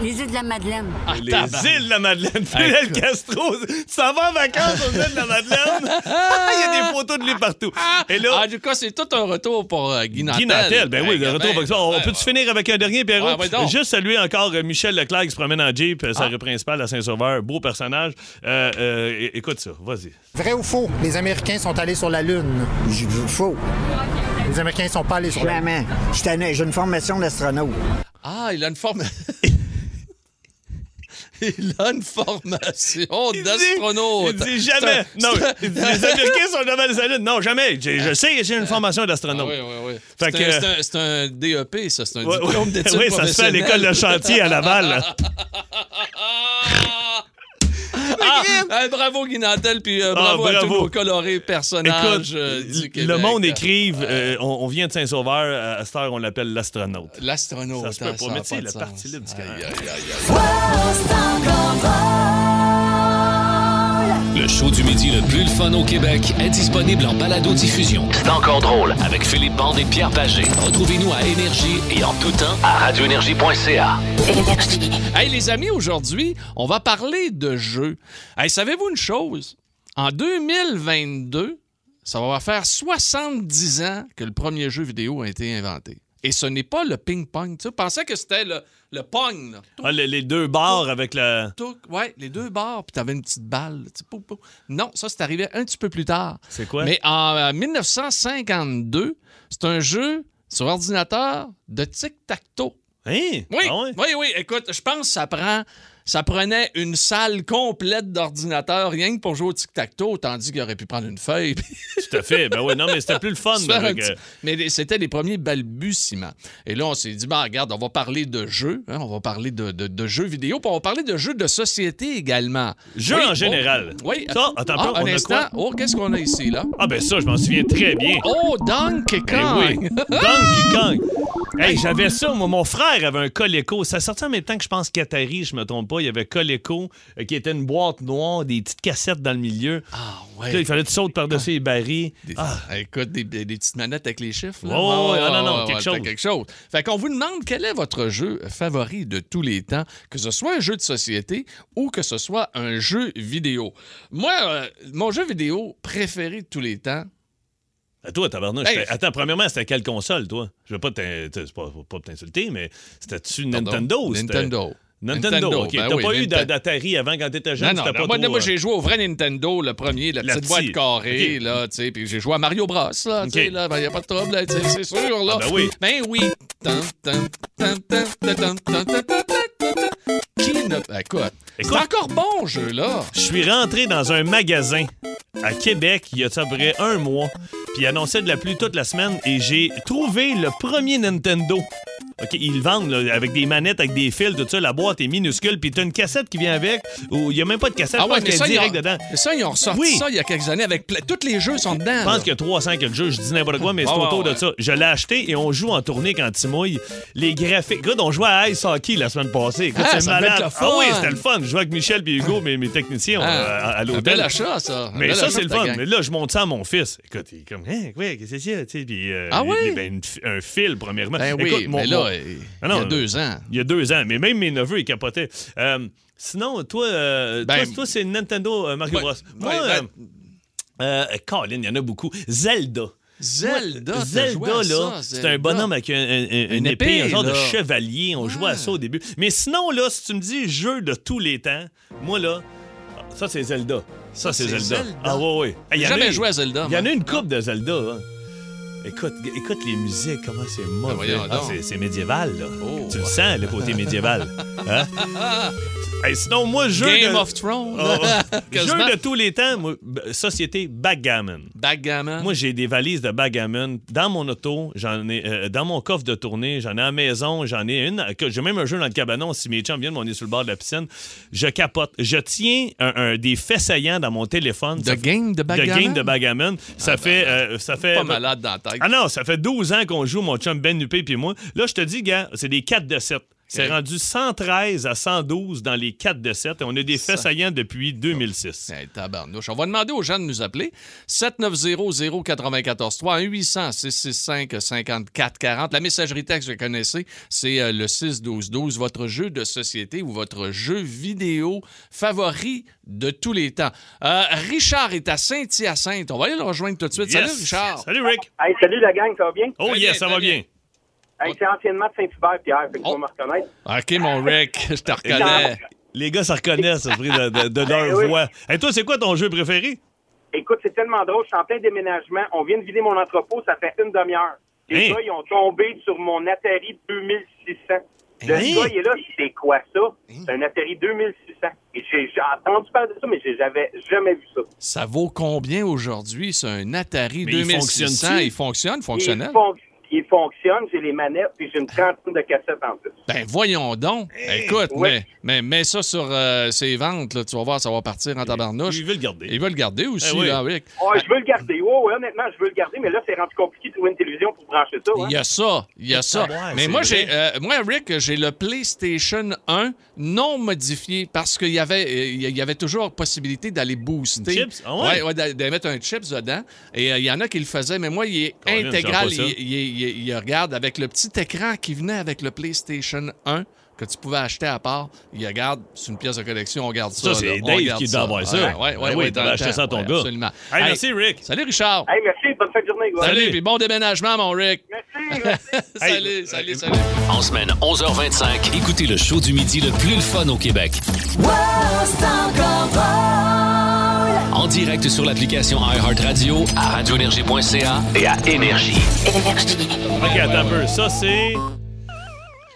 S9: Les îles de la Madeleine.
S3: Les îles de la Madeleine. Fidel Castro, tu s'en vas en vacances aux îles de la Madeleine? Il y a des photos de lui partout. Et là,
S4: Ah, en tout cas, c'est tout un retour pour euh, Guy Nantel.
S3: Guy Nantel, ben oui,
S4: Ouais,
S3: de retour.
S4: ben,
S3: avec ça. On
S4: ouais,
S3: peut-tu finir avec un dernier, Pierrot?
S4: Ouais, ouais, donc. Ah.
S3: Juste saluer encore euh, Michel Leclerc qui se promène en Jeep, euh, sa rue principale à Saint-Sauveur. Beau personnage. Euh, euh, é- écoute ça, vas-y.
S7: Vrai ou faux? Les Américains sont allés sur la Lune.
S8: Je- je- Faux.
S7: Les Américains sont pas allés sur la Lune.
S8: Jamais. J'étais né- J'ai une formation d'astronaute.
S4: Ah, il a une forme. il a une formation
S3: Il dit-
S4: d'astronaute.
S3: Il dit jamais.
S4: C'est un-
S3: Non,
S4: c'est un-
S3: il dit, les Américains sont jamais les aliens. Non, jamais. J'ai- Je, sais que j'ai une formation
S4: Ah
S3: d'astronaute.
S4: oui, oui, oui.
S3: Fait
S4: C'est
S3: que-
S4: un- c'est un, c'est un DEP, ça. C'est un
S3: Ouais,
S4: diplôme
S3: ouais.
S4: d'études
S3: Oui, ça se fait à l'école de
S4: professionnelles.
S3: chantier à Laval.
S4: Ah! Ah, eh, bravo Guinantel, puis euh,
S3: Ah,
S4: bravo, à tous
S3: bravo.
S4: nos colorés personnages
S3: Écoute,
S4: euh, du
S3: le
S4: Québec.
S3: monde écrive, euh, on, on vient de Saint-Sauveur, euh, à cette heure, on l'appelle l'astronaute.
S4: L'astronaute.
S3: Ça se peut
S4: hein,
S3: pas,
S4: a
S3: mais tu sais,
S4: de
S3: le
S4: sens.
S3: Parti libre du
S4: Aïe,
S3: Canada.
S4: aïe, aïe, aïe.
S2: Le show du midi le plus le fun au Québec est disponible en balado-diffusion. C'est encore drôle avec Philippe Bande et Pierre Pagé. Retrouvez-nous à Énergie et en tout temps à radioénergie.ca.
S4: Hey les amis, aujourd'hui, on va parler de jeux. Hey, savez-vous une chose? En 2022, ça va faire 70 ans que le premier jeu vidéo a été inventé. Et ce n'est pas le ping-pong. Tu sais, pensais que c'était le, le pong. là. Touc,
S3: Ah, les, les deux bars avec la.
S4: touc. Ouais, les deux barres, puis t'avais une petite balle. tu sais, pou, pou. Non, ça, c'est arrivé un petit peu plus tard.
S3: C'est quoi?
S4: Mais en euh, 1952, c'est un jeu sur ordinateur de tic-tac-toe.
S3: Hein?
S4: Oui,
S3: Ah ouais?
S4: oui, oui. Écoute, je pense que ça prend Ça prenait une salle complète d'ordinateurs rien que pour jouer au tic-tac-toe, tandis qu'il aurait pu prendre une feuille. puis
S3: Tout à fait. Ben ouais, non, mais c'était plus le fun. euh,
S4: se
S3: là,
S4: faire un
S3: fait que-
S4: petit- Mais les- c'était les premiers balbutiements. Et là, on s'est dit, ben, regarde, on va parler de jeux, hein, on va parler de, de- de jeux vidéo, puis on va parler de jeux de société également.
S3: Jeux en
S4: oh,
S3: général.
S4: oui.
S3: Ça, attends un peu,
S4: Ah,
S3: on
S4: un
S3: a
S4: instant.
S3: quoi?
S4: Oh, qu'est-ce qu'on a ici, là?
S3: Ah, ben ça, je m'en souviens très bien.
S4: Oh, Donkey Kong!
S3: Eh oui. Donkey Kong. Hey, j'avais ça. Moi, mon frère avait un Coleco. Ça sortait en même temps que je pense qu'Atari, je me trompe pas. Il y avait Coleco, euh, qui était une boîte noire, des petites cassettes dans le milieu.
S4: Ah,
S3: Puis là,
S4: ouais.
S3: il fallait que tu sautes par-dessus les barils.
S4: Des-
S3: Ah,
S4: Écoute, des, des- des petites manettes avec les chiffres. là.
S3: Ouais, ouais, ouais, non, non, quelque
S4: t'as
S3: chose.
S4: quelque chose. Fait qu'on vous demande quel est votre jeu favori de tous les temps, que ce soit un jeu de société ou que ce soit un jeu vidéo. Moi, euh, mon jeu vidéo préféré de tous les temps,
S3: à ben toi, tabarnouche.
S4: Hey.
S3: c'était- Attends, premièrement, c'était quelle console, toi? Je veux pas t'in- t'sais, c'est pas, faut pas t'insulter, mais c'était-tu
S4: Pardon.
S3: Nintendo? ou c'était-
S4: Nintendo.
S3: Nintendo, OK.
S4: ben
S3: T'as
S4: oui,
S3: pas eu d'a-
S4: Nintendo.
S3: d'Atari avant quand t'étais
S4: Non,
S3: jeune?
S4: non,
S3: c'était
S4: non,
S3: pas
S4: moi,
S3: trop,
S4: moi,
S3: euh,
S4: j'ai joué au vrai Nintendo, le premier, la
S3: La
S4: petite
S3: petite.
S4: boîte carrée,
S3: OK.
S4: là, tu sais, puis j'ai joué à Mario Bros, là, tu sais,
S3: OK.
S4: là, ben, y a pas de trouble, là, tu sais, c'est sûr, là.
S3: Ah ben oui.
S4: Ben oui. Tan, tan, tan, tan, tan, tan, tan, tan, tan, tan, tan, tan. Qui ne... Écoute, c'est
S3: Écoute.
S4: encore bon, ce jeu-là.
S3: Je suis rentré dans un magasin à Québec il y a à peu près un mois, puis il annonçait de la pluie toute la semaine et j'ai trouvé le premier Nintendo. OK, ils le vendent là, avec des manettes, avec des fils, tout ça. La boîte est minuscule, puis t'as une cassette qui vient avec, ou il n'y a même pas de
S4: Ah
S3: cassette, je pense qu'elle est
S4: ils
S3: direct
S4: ont-
S3: dedans.
S4: mais ça, ils ont ressorti
S3: Oui.
S4: ça il y a quelques années avec... pla- Tous les jeux sont dedans,
S3: Je pense
S4: là.
S3: qu'il y a 300 que le jeu, je dis n'importe quoi, mais c'est
S4: Ah Ouais,
S3: autour
S4: ouais,
S3: de ça. Je l'ai acheté et on joue en tournée quand il mouille. Les graphiques. Écoute, on jouait à Ice Hockey la semaine passée. Écoute,
S4: Ah,
S3: c'est
S4: ça devait
S3: malade.
S4: être le
S3: Ah oui,
S4: fun.
S3: c'était le fun. Je jouais avec Michel et Hugo, mes, mes techniciens, on-
S4: Ah,
S3: euh, à, à
S4: Un bel
S3: l'hôtel.
S4: achat, ça. Un
S3: Mais
S4: bel
S3: ça,
S4: achat
S3: c'est le
S4: de ta
S3: fun.
S4: gang.
S3: Mais là, je monte ça à mon fils. Écoute, il est comme, hein, quoi, qu'est-ce que c'est ça? Tu sais, puis, euh,
S4: Ah
S3: il-
S4: oui?
S3: il- ben, une fi- un fil, premièrement.
S4: Ben
S3: Écoute,
S4: oui,
S3: mon-
S4: mais
S3: mon-
S4: là, il
S3: Ah
S4: il y
S3: non,
S4: a deux ans.
S3: Il y a deux ans. Mais même mes neveux, ils capotaient. Euh, sinon, toi, euh,
S4: Ben-
S3: toi, toi, c'est Nintendo euh, Mario
S4: Ouais,
S3: Bros. Moi,
S4: ouais,
S3: euh,
S4: ben-
S3: euh, Colin, il y en a beaucoup. Zelda.
S4: Zelda, t'as joué
S3: Zelda, là,
S4: à ça,
S3: c'est
S4: Zelda.
S3: un bonhomme avec un- un- un- une,
S4: Une
S3: épée,
S4: épée,
S3: un genre de
S4: là.
S3: chevalier. On jouait à ça au début. Mais sinon, là, si tu me dis jeu de tous les temps, moi, là, ça, c'est Zelda. Ça, c'est
S4: c'est
S3: Zelda.
S4: Zelda.
S3: Ah, ouais, ouais. Hey, y en a
S4: jamais
S3: eu-
S4: joué à Zelda.
S3: Il y en a
S4: moi.
S3: une coupe de Zelda. hein. Écoute, écoute les musiques, comment c'est mauvais.
S4: Ben, voyons
S3: Ah,
S4: donc.
S3: c'est- c'est médiéval, là.
S4: Oh.
S3: Tu le sens, le côté médiéval. Hein? Hey, sinon, moi, jeu
S4: Game
S3: de...
S4: of Thrones.
S3: Oh,
S4: Quasiment.
S3: jeu de tous les temps, moi, b- société backgammon.
S4: Backgammon.
S3: Moi, j'ai des valises de backgammon dans mon auto, j'en ai euh, dans mon coffre de tournée, j'en ai à la maison, j'en ai une. que- J'ai même un jeu dans le cabanon. Si mes chums viennent, on est sur le bord de la piscine. Je capote. Je tiens un, un- des faits saillants dans mon téléphone. Ça
S4: de
S3: fait-
S4: game de
S3: de
S4: backgammon. Ah, ben,
S3: game de backgammon. Ça fait. euh, ça fait
S4: Pas malade dans la tête.
S3: Ah non, ça fait 12 ans qu'on joue, mon chum Ben Nuppé puis moi. Là, je te dis, gars, c'est des 4 de 7. C'est
S4: Ok.
S3: rendu 113 à 112 dans les 4 de 7 et on a des faits
S4: Ça-
S3: saillants depuis 2006.
S4: Hey, tabarnouche. On va demander aux gens de nous appeler. 790-094-3, 1-800-665-5440. La messagerie texte, vous connaissez, c'est euh, le 6-12-12. Votre jeu de société ou votre jeu vidéo favori de tous les temps. Euh, Richard est à Saint-Hyacinthe. On va aller le rejoindre tout de suite.
S3: Yes.
S4: Salut, Richard.
S3: Salut, Rick.
S10: Hey, salut la gang, ça va bien?
S3: Oh,
S4: Très bien,
S3: yes, ça
S4: très
S3: va
S4: bien.
S3: bien.
S10: Hey, c'est anciennement de Saint-Hubert, Pierre, fait que
S4: Oh.
S10: faut me reconnaître.
S4: OK, mon Rick, je te reconnais.
S3: Les gars se reconnaissent au prix de, de- de
S10: Eh
S3: leur
S10: oui.
S3: voix. Et toi, c'est quoi ton jeu préféré?
S10: Écoute, c'est tellement drôle, je suis en plein déménagement. On vient de vider mon entrepôt, ça fait une demi-heure. Les
S3: Hein?
S10: gars, ils ont tombé sur mon Atari 2600. Le
S3: Hein?
S10: gars, il est là, c'est quoi ça? C'est un Atari 2600. Et j'ai j'ai entendu parler de ça, mais j'ai- j'avais jamais vu ça.
S4: Ça vaut combien aujourd'hui? C'est un Atari
S3: Mais il
S4: 2600.
S3: fonctionne-tu?
S4: Il fonctionne,
S10: Il,
S4: fonctionnel.
S10: fonc- il fonctionne, j'ai les manettes, puis j'ai une trentaine de cassettes en plus.
S4: Ben voyons donc. Écoute,
S10: Eh, Ouais.
S4: mais, mais mets ça sur euh, ses ventes, là, tu vas voir, ça va partir en tabarnouche.
S3: Je vais le garder.
S4: Il va le garder aussi, ah
S3: Eh oui.
S4: là, Rick.
S10: Oh, je veux le garder. Oh, ouais, honnêtement, je veux le garder, mais là, c'est rendu compliqué de trouver une télévision pour brancher ça. hein.
S4: Il y a ça, il y a ça.
S3: Ah ouais,
S4: mais
S3: c'est
S4: moi,
S3: vrai.
S4: j'ai, euh, moi, Rick, j'ai le PlayStation 1 non modifié parce qu'il y avait, euh, il y avait toujours possibilité d'aller booster.
S3: Chips? Ah ouais?
S4: Ouais, ouais, d'a- de mettre un chips dedans. Et euh, il y en a qui le faisaient, mais moi, il est
S3: Colin, je
S4: intégral.
S3: savais pas ça.
S4: Il, il- il- il regarde avec le petit écran qui venait avec le PlayStation 1 que tu pouvais acheter à part. Il regarde, c'est une pièce de collection, on garde ça.
S3: Ça, c'est
S4: là. On
S3: Dave
S4: regarde
S3: qui doit avoir ça.
S4: Ouais, ouais,
S3: Ben
S4: ouais,
S3: oui,
S4: ouais, dans
S3: t'avais
S4: le
S3: acheté
S4: temps.
S3: ça à ton
S4: Ouais,
S3: gars.
S4: Absolument.
S3: Hey,
S4: Hey,
S3: merci, Rick.
S4: Salut, Richard.
S10: Hey, merci, bonne fin de journée, gars.
S4: Salut,
S3: Salut.
S4: puis bon déménagement, mon Rick.
S10: Merci, merci.
S4: salut,
S3: Hey,
S4: salut,
S3: euh,
S4: salut.
S2: En semaine 11h25, écoutez le show du midi le plus le fun au Québec.
S1: Wow, c'est encore drôle.
S2: En direct sur l'application iHeartRadio, à radioénergie.ca et à Énergie.
S3: OK, attends un peu. Ça, c'est...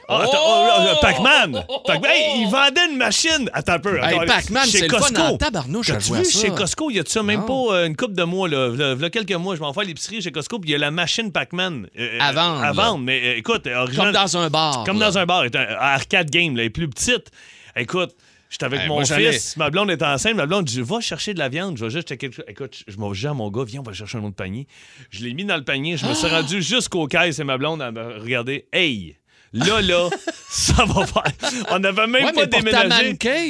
S3: Ah, attends,
S4: Oh!
S3: oh, oh, Pac-Man! Pac-Man. Hey, il vendait une machine! Attends un peu.
S4: Hey,
S3: attends,
S4: Pac-Man,
S3: chez
S4: c'est le fun
S3: Costco.
S4: en tabarnouche à
S3: T'as-tu
S4: jouer à
S3: vu,
S4: ça?
S3: chez Costco, il y a de ça même pas euh, une coupe de mois, là. V'là- v'là quelques mois, je m'en fais à l'épicerie chez Costco, puis il y a la machine Pac-Man. euh,
S4: À vendre,
S3: À
S4: là.
S3: vendre, mais euh, écoute,
S4: Comme dans un bar.
S3: Comme
S4: là.
S3: dans un bar, est un un arcade game, là, elle est plus petite. Écoute, j'étais avec
S4: Hey,
S3: mon
S4: Ben, moi, j'allais-
S3: fils, ma blonde est enceinte, ma blonde dit Va chercher de la viande, je vais juste checker. le truc. Écoute, je m'en vais à mon gars, viens, on va chercher un autre panier. Je l'ai mis dans le panier, je me suis rendu jusqu'aux caisses et ma blonde, elle me regardait Hey, là, là, ça va faire. On n'avait même
S4: Ouais,
S3: pas
S4: mais pour ta
S3: déménagé.
S4: man cave.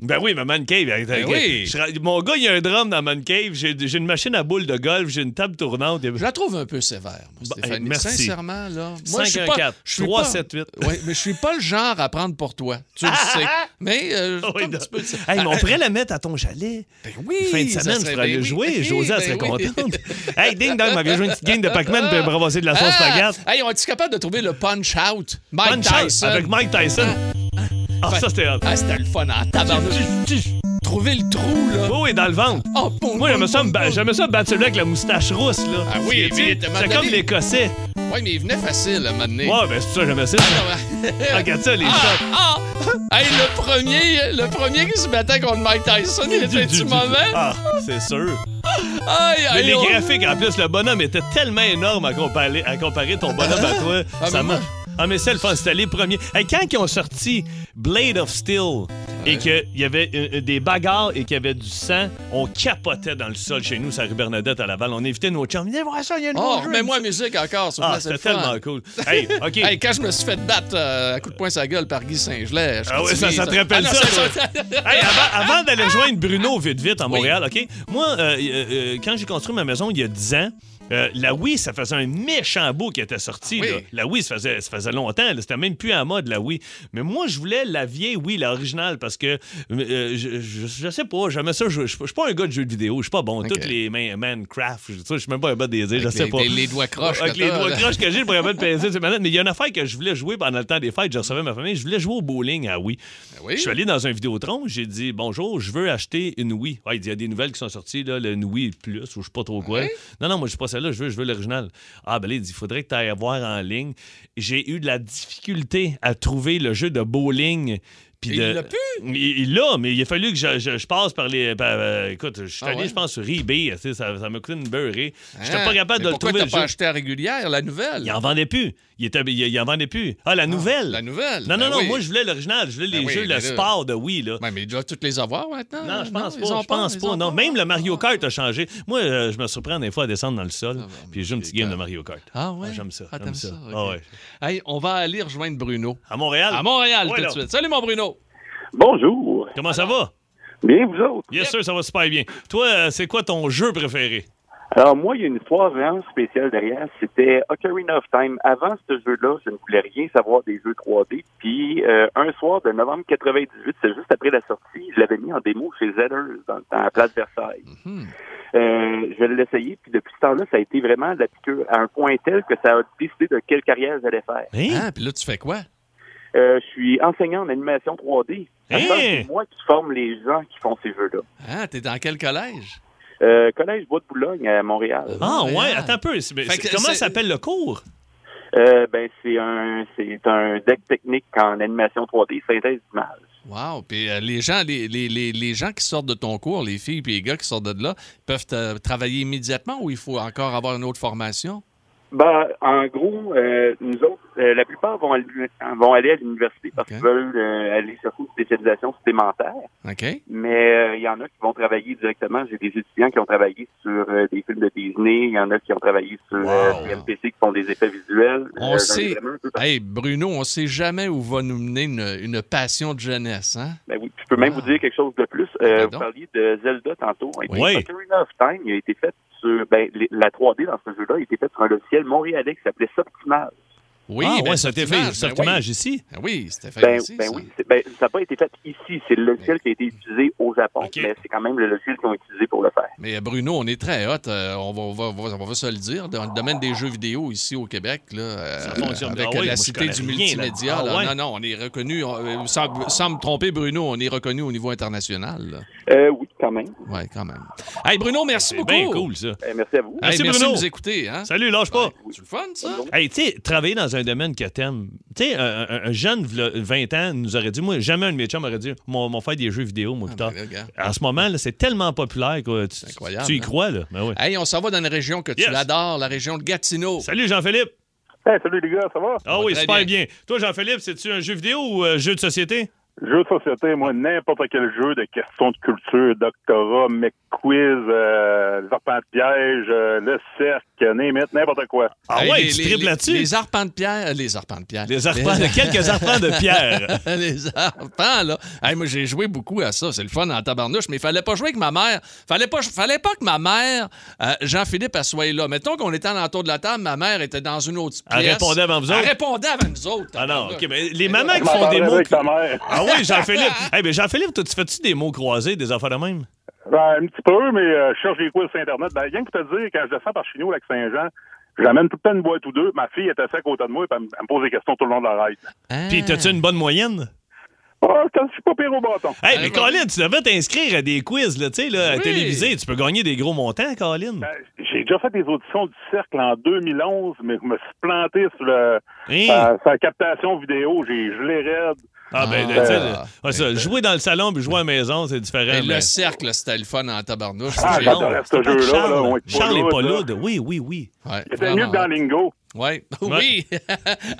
S4: Ben
S3: Ben oui, ma man cave. elle- elle-
S4: oui.
S3: je ra- Mon gars, il y a un drum dans man cave. J'ai j'ai une machine à boules de golf, j'ai une table tournante.
S4: Je la trouve un peu sévère, moi,
S3: Bon,
S4: Stéphanie.
S3: Bah, hey, merci.
S4: Sincèrement, là. Moi, je suis pas-
S3: 514,
S4: je suis
S3: 3,
S4: pas-
S3: 7, 8.
S4: Oui, mais je suis pas le genre à prendre pour toi. Tu le sais. Mais euh, je- un petit peu de ça.
S3: Hey, mais on
S4: Ah, ben
S3: pourrait la mettre à ton chalet.
S4: oui,
S3: fin de
S4: ça
S3: semaine, tu
S4: serait-
S3: pourrais aller
S4: ben oui,
S3: jouer.
S4: ben
S3: Josée, elle
S4: oui,
S3: serait
S4: ben oui.
S3: contente. hey, ding dong, m'avait joué une petite game de Pac-Man puis bravaser de la sauce
S4: Ah!
S3: patate.
S4: Hey, on est-tu capable de trouver le punch out? Mike
S3: Punch Out
S4: Tyson.
S3: avec Mike Tyson. Ah,
S4: Fait-
S3: ça, c'était hot.
S4: Ah, c'était le fun en tabarnouche. Trouver le trou, là.
S3: Oui, oui, dans le ventre.
S4: Oh, bon,
S3: Moi, j'aimais
S4: bon,
S3: ça, me
S4: bon,
S3: ba-
S4: bon.
S3: j'aimais ça battre celui avec la moustache rousse, là.
S4: Ah oui,
S3: Tu sais,
S4: mais il était-
S3: C'est comme l'Écossais.
S4: Oui, mais il venait facile à un moment donné.
S3: Ouais, ben c'est ça, j'aimais ça. Ah, Regarde ça, les
S4: Ah,
S3: shots.
S4: ah! Hey, le premier, le premier qui se battait contre Mike Tyson, il était du moment.
S3: Ah, c'est sûr.
S4: Aïe,
S3: Mais
S4: aïe,
S3: les
S4: oh.
S3: graphiques, en plus, le bonhomme était tellement énorme à comparer, à comparer ton bonhomme à toi.
S4: Ah,
S3: ça
S4: mais moi-
S3: marche. Ah, mais c'est le fun, c'était les premiers. Hey, quand ils ont sorti Blade of Steel et qu'il y avait euh, euh, des bagarres et qu'il y avait du sang, on capotait dans le sol chez nous, ça rue Bernadette à Laval. On évitait nos chums. Venez voir ça, il y a une
S4: Oh, remets-moi la musique encore, s'il vous
S3: Ah,
S4: plaît, c'est
S3: c'était
S4: le fun.
S3: tellement cool. Hey, OK.
S4: Hey, quand je me suis fait battre euh, à coup de poing sa gueule par Guy Saint-Gelais. je
S3: Ah oui, ça,
S4: continue,
S3: ça te rappelle
S4: Ah non,
S3: ça,
S4: c'est Ah!
S3: toi. Hey, avant, avant d'aller joindre Bruno vite vite à Montréal, OK? Moi, euh, euh, euh, quand j'ai construit ma maison il y a 10 ans, euh, la Wii, ça faisait un méchant bout qui était sorti.
S4: Oui.
S3: là. La Wii, ça faisait, ça faisait longtemps. là. C'était même plus en mode, la Wii. Mais moi, je voulais la vieille Wii, la originale, parce que euh, je, je, je sais pas, jamais ça. Je je- je suis pas un gars de jeux vidéo. Je suis pas bon.
S4: OK.
S3: Toutes les mains- Minecraft, je- ça, je suis même pas un bas des idées, je
S4: Avec
S3: sais
S4: les-
S3: pas.
S4: les- les doigts croches
S3: Avec
S4: que
S3: les
S4: t'as,
S3: doigts
S4: là.
S3: croches que j'ai, je pourrais pas te peser ces manettes. Mais il y a une affaire que je voulais jouer pendant le temps des fêtes. Je recevais ma famille. Je voulais jouer au bowling à Wii.
S4: Ah oui.
S3: Je suis allé dans un Vidéotron, j'ai dit bonjour, je veux acheter une Wii. Ouais, il dit, il y a des nouvelles qui sont sorties, là, le une Wii Plus ou je sais pas trop
S4: Ah
S3: quoi. Non, non, moi je suis pas celle-là, je veux, je veux l'original. Ah ben là, il dit, il faudrait que tu ailles voir en ligne. J'ai eu de la difficulté à trouver le jeu de bowling. puis
S4: Il
S3: de-
S4: l'a pu?
S3: Il il l'a, mais il a fallu que je, je- je passe par les. par, euh, écoute, je suis
S4: Ah
S3: allé,
S4: ouais?
S3: je pense, sur eBay. tu sais, Ça, ça m'a coûté une beurrée. J'étais
S4: Ah,
S3: pas capable
S4: mais
S3: de le
S4: pourquoi
S3: trouver.
S4: t'as
S3: le
S4: pas
S3: jeu.
S4: acheté la régulière, la nouvelle?
S3: Il en vendait plus. Il, était, il, il en vendait plus. Ah, la nouvelle.
S4: la nouvelle.
S3: Non, non,
S4: Ben
S3: non.
S4: oui.
S3: Moi, je voulais l'original. Je voulais les
S4: Ben oui,
S3: jeux,
S4: mais
S3: le
S4: là-
S3: sport de Wii, là.
S4: Ouais, mais il doit toutes les avoir maintenant.
S3: Non, je pense
S4: ils
S3: pas.
S4: ont
S3: Je pense
S4: ils
S3: pas.
S4: ont
S3: Non, même le Mario Kart a changé. Moi, euh, je me surprends des fois à descendre dans le sol, puis je joue une petite game de Mario Kart.
S4: Ah ouais?
S3: J'aime ça.
S4: Ah,
S3: j'aime
S4: t'aimes
S3: ça.
S4: ça.
S3: Ah
S4: ok.
S3: ouais.
S4: Hey, on va aller rejoindre Bruno.
S3: À Montréal.
S4: À Montréal,
S3: Ah. Ouais,
S4: tout de
S3: là.
S4: suite. Salut, mon Bruno.
S10: Bonjour.
S3: Comment ça va?
S10: Bien, vous autres.
S3: Yes, sûr, ça va super bien. Toi, euh, c'est quoi ton jeu préféré?
S10: Alors, moi, il y a une histoire vraiment spéciale derrière. C'était Ocarina of Time. Avant ce jeu-là, je ne voulais rien savoir des jeux 3D. Puis, euh, un soir de novembre 98, c'est juste après la sortie, je l'avais mis en démo chez Zellers, dans le temps, à Place Versailles. Euh, je vais l'essayer. Puis, depuis ce temps-là, ça a été vraiment de la piqûre à un point tel que ça a décidé de quelle carrière j'allais faire.
S3: Hein?
S4: Ah, puis là, tu fais quoi?
S10: Euh, je suis enseignant en animation 3D. À ce temps,
S3: Hey!
S10: C'est moi qui forme les gens qui font ces jeux-là.
S4: Ah, t'es dans quel collège?
S10: Euh, Collège Bois de Boulogne à Montréal.
S3: Ah
S4: Montréal.
S3: ouais, attends un peu. C'est- mais
S4: Fait
S3: c'est-
S4: que
S3: comment
S4: c'est-
S3: s'appelle le cours?
S10: Euh, ben, c'est un, c'est un deck technique en animation 3D, synthèse d'image.
S4: Wow. Puis euh, les, gens, les, les, les, les gens qui sortent de ton cours, les filles puis les gars qui sortent de là, peuvent euh, travailler immédiatement ou il faut encore avoir une autre formation?
S10: Ben, en gros, euh, nous autres, euh, la plupart vont, aller- vont aller à l'université parce
S4: Ok.
S10: qu'ils veulent euh, aller chercher une spécialisation supplémentaire,
S4: OK?
S10: mais euh, il y en a qui vont travailler directement. J'ai des étudiants qui ont travaillé sur euh, des films de Disney, il y en a qui ont travaillé sur euh,
S4: Wow.
S10: des MPC qui font des effets visuels.
S4: On
S10: j'en ai
S4: sait-
S10: vraiment un peu partout.
S4: Hey, Bruno, on sait jamais où va nous mener une, une passion de jeunesse, hein?
S10: Ben oui, je peux même
S4: Ah.
S10: vous dire quelque chose de plus. Euh,
S4: Ben
S10: vous
S4: donc.
S10: parliez de Zelda tantôt. Et puis,
S3: Oui.
S10: Ocarina of Time il a été fait sur ben, les- la 3D dans ce jeu-là, il a été fait sur un logiciel montréalais qui s'appelait Subtimal.
S4: Oui,
S3: ah
S4: ben,
S3: ouais, ça t'est fait.
S4: Soptimage,
S3: Ça
S4: ben
S3: t'est
S4: oui.
S3: fait ici.
S4: Ben oui, c'était fait
S10: Ben,
S4: ici,
S10: ben
S4: ça.
S10: oui, c'est- ben, ça n'a pas été fait ici. C'est le logiciel qui a été utilisé au Japon,
S3: Ben. Ok.
S10: mais c'est quand même le logiciel qu'ils ont utilisé pour le faire.
S4: Mais euh, Bruno, on est très hot. euh, on, va, on va- on va- on va se le dire. Dans le domaine des jeux vidéo ici au Québec, là, euh,
S3: Ça fonctionne.
S4: avec
S3: Ah oui,
S4: euh,
S3: moi,
S4: la
S3: je
S4: cité
S3: connais
S4: du
S3: rien, là.
S4: multimédia,
S3: Ah
S4: là,
S3: ouais.
S4: non, non, on est reconnu. on- euh, sans, sans me tromper, Bruno, on est reconnu au niveau international.
S10: Euh, oui, quand même.
S4: Oui, quand même. Hey, Bruno, merci
S3: C'est
S4: beaucoup.
S3: bien cool, ça.
S10: Euh, merci à vous.
S4: Hey,
S3: Merci,
S4: merci
S3: Bruno.
S4: de nous écouter. Hein?
S3: Salut, lâche pas.
S4: C'est le fun, ça?
S3: Hey, tu sais, travailler dans dans un domaine que t'aimes. Tu sais, un, un- un jeune, v'là 20 ans, nous aurait dit, moi, jamais un de mes chums aurait dit, mon, mon faire des jeux vidéo,
S4: Ah,
S3: moi, plus tard.
S4: regarde.
S3: en ce moment, là, c'est tellement populaire que tu,
S4: ben incroyable,
S3: tu y
S4: hein?
S3: crois, là. Ben oui.
S4: Hey, on s'en va dans une région que tu
S3: Yes.
S4: adores, la région de Gatineau.
S3: Salut, Jean-Philippe.
S10: salut les gars, ça va?
S3: Ah oui,
S4: très
S3: super bien. Toi, Jean-Philippe, c'est-tu un jeu vidéo ou euh, jeu de société?
S10: Jeux de société, moi, n'importe quel jeu de questions de culture, doctorat, mec quiz, euh, le serpent de piège, euh, le cercle, name it, n'importe quoi.
S3: Ah
S4: Hey,
S3: ouais,
S4: les-
S3: tu
S4: les-
S3: triples
S4: les-
S3: là-dessus?
S4: Les arpents de pierre. euh, Les arpents de pierre.
S3: Les arpents de- quelques arpents de pierre.
S4: les arpents, là. Hey, moi, j'ai joué beaucoup à ça. C'est le fun en tabarnouche, mais il fallait pas jouer avec ma mère. Fallait pas, fallait pas que ma mère, euh, Jean-Philippe, elle soit là. Mettons qu'on était en entour de la table, ma mère était dans une autre pièce.
S3: Elle répondait avant vous autres?
S4: Elle répondait avant nous autres.
S3: Ah non,
S4: tabarnouche.
S3: OK, mais les mamans
S10: Je
S3: qui font des
S10: m'entendais
S3: mots...
S10: avec ta mère.
S3: Ah oui, Jean-Philippe. Eh ben Jean-Philippe, toi, tu fais-tu des mots croisés, des affaires de même?
S10: Ben, un petit peu, mais euh, je cherche des quiz sur Internet. Ben, rien que pour te dire, quand je descends par chez nous, au Lac-Saint-Jean, j'amène tout le temps une boîte ou deux. Ma fille était sec côté de moi et elle me- elle me pose des questions tout le long de la ride.
S4: Ah.
S3: Puis, t'as-tu une bonne moyenne?
S10: Ah, je suis pas pire au bâton.
S3: Hey, mais
S4: Hey,
S3: Colin, tu devrais t'inscrire à des quiz, là, tu sais, là, à
S4: Oui.
S3: télévisé. Tu peux gagner des gros montants, Colin.
S10: Ben, J'ai déjà fait des auditions du cercle en 2011, mais je me suis planté sur le,
S3: Hein?
S10: sa, sa captation vidéo. J'ai gelé raide.
S3: Ah, ben,
S4: Ah.
S3: tu sais, là, ouais, ça, jouer dans le salon puis jouer à la maison, c'est différent.
S4: Et
S3: mais-
S4: Ben, le cercle, c'était le fun en tabarnouche.
S10: Ah,
S4: J'ai-
S10: j'adorais ce
S3: C'est pas
S10: jeu-là,
S3: Charles.
S10: là, on est pas
S3: Charles est
S10: lourd,
S3: pas
S10: là.
S3: lourd. Oui, oui, oui.
S4: Ouais,
S10: C'était mieux
S4: vraiment.
S10: que dans Lingo.
S4: Ouais. Oui.
S3: Ouais.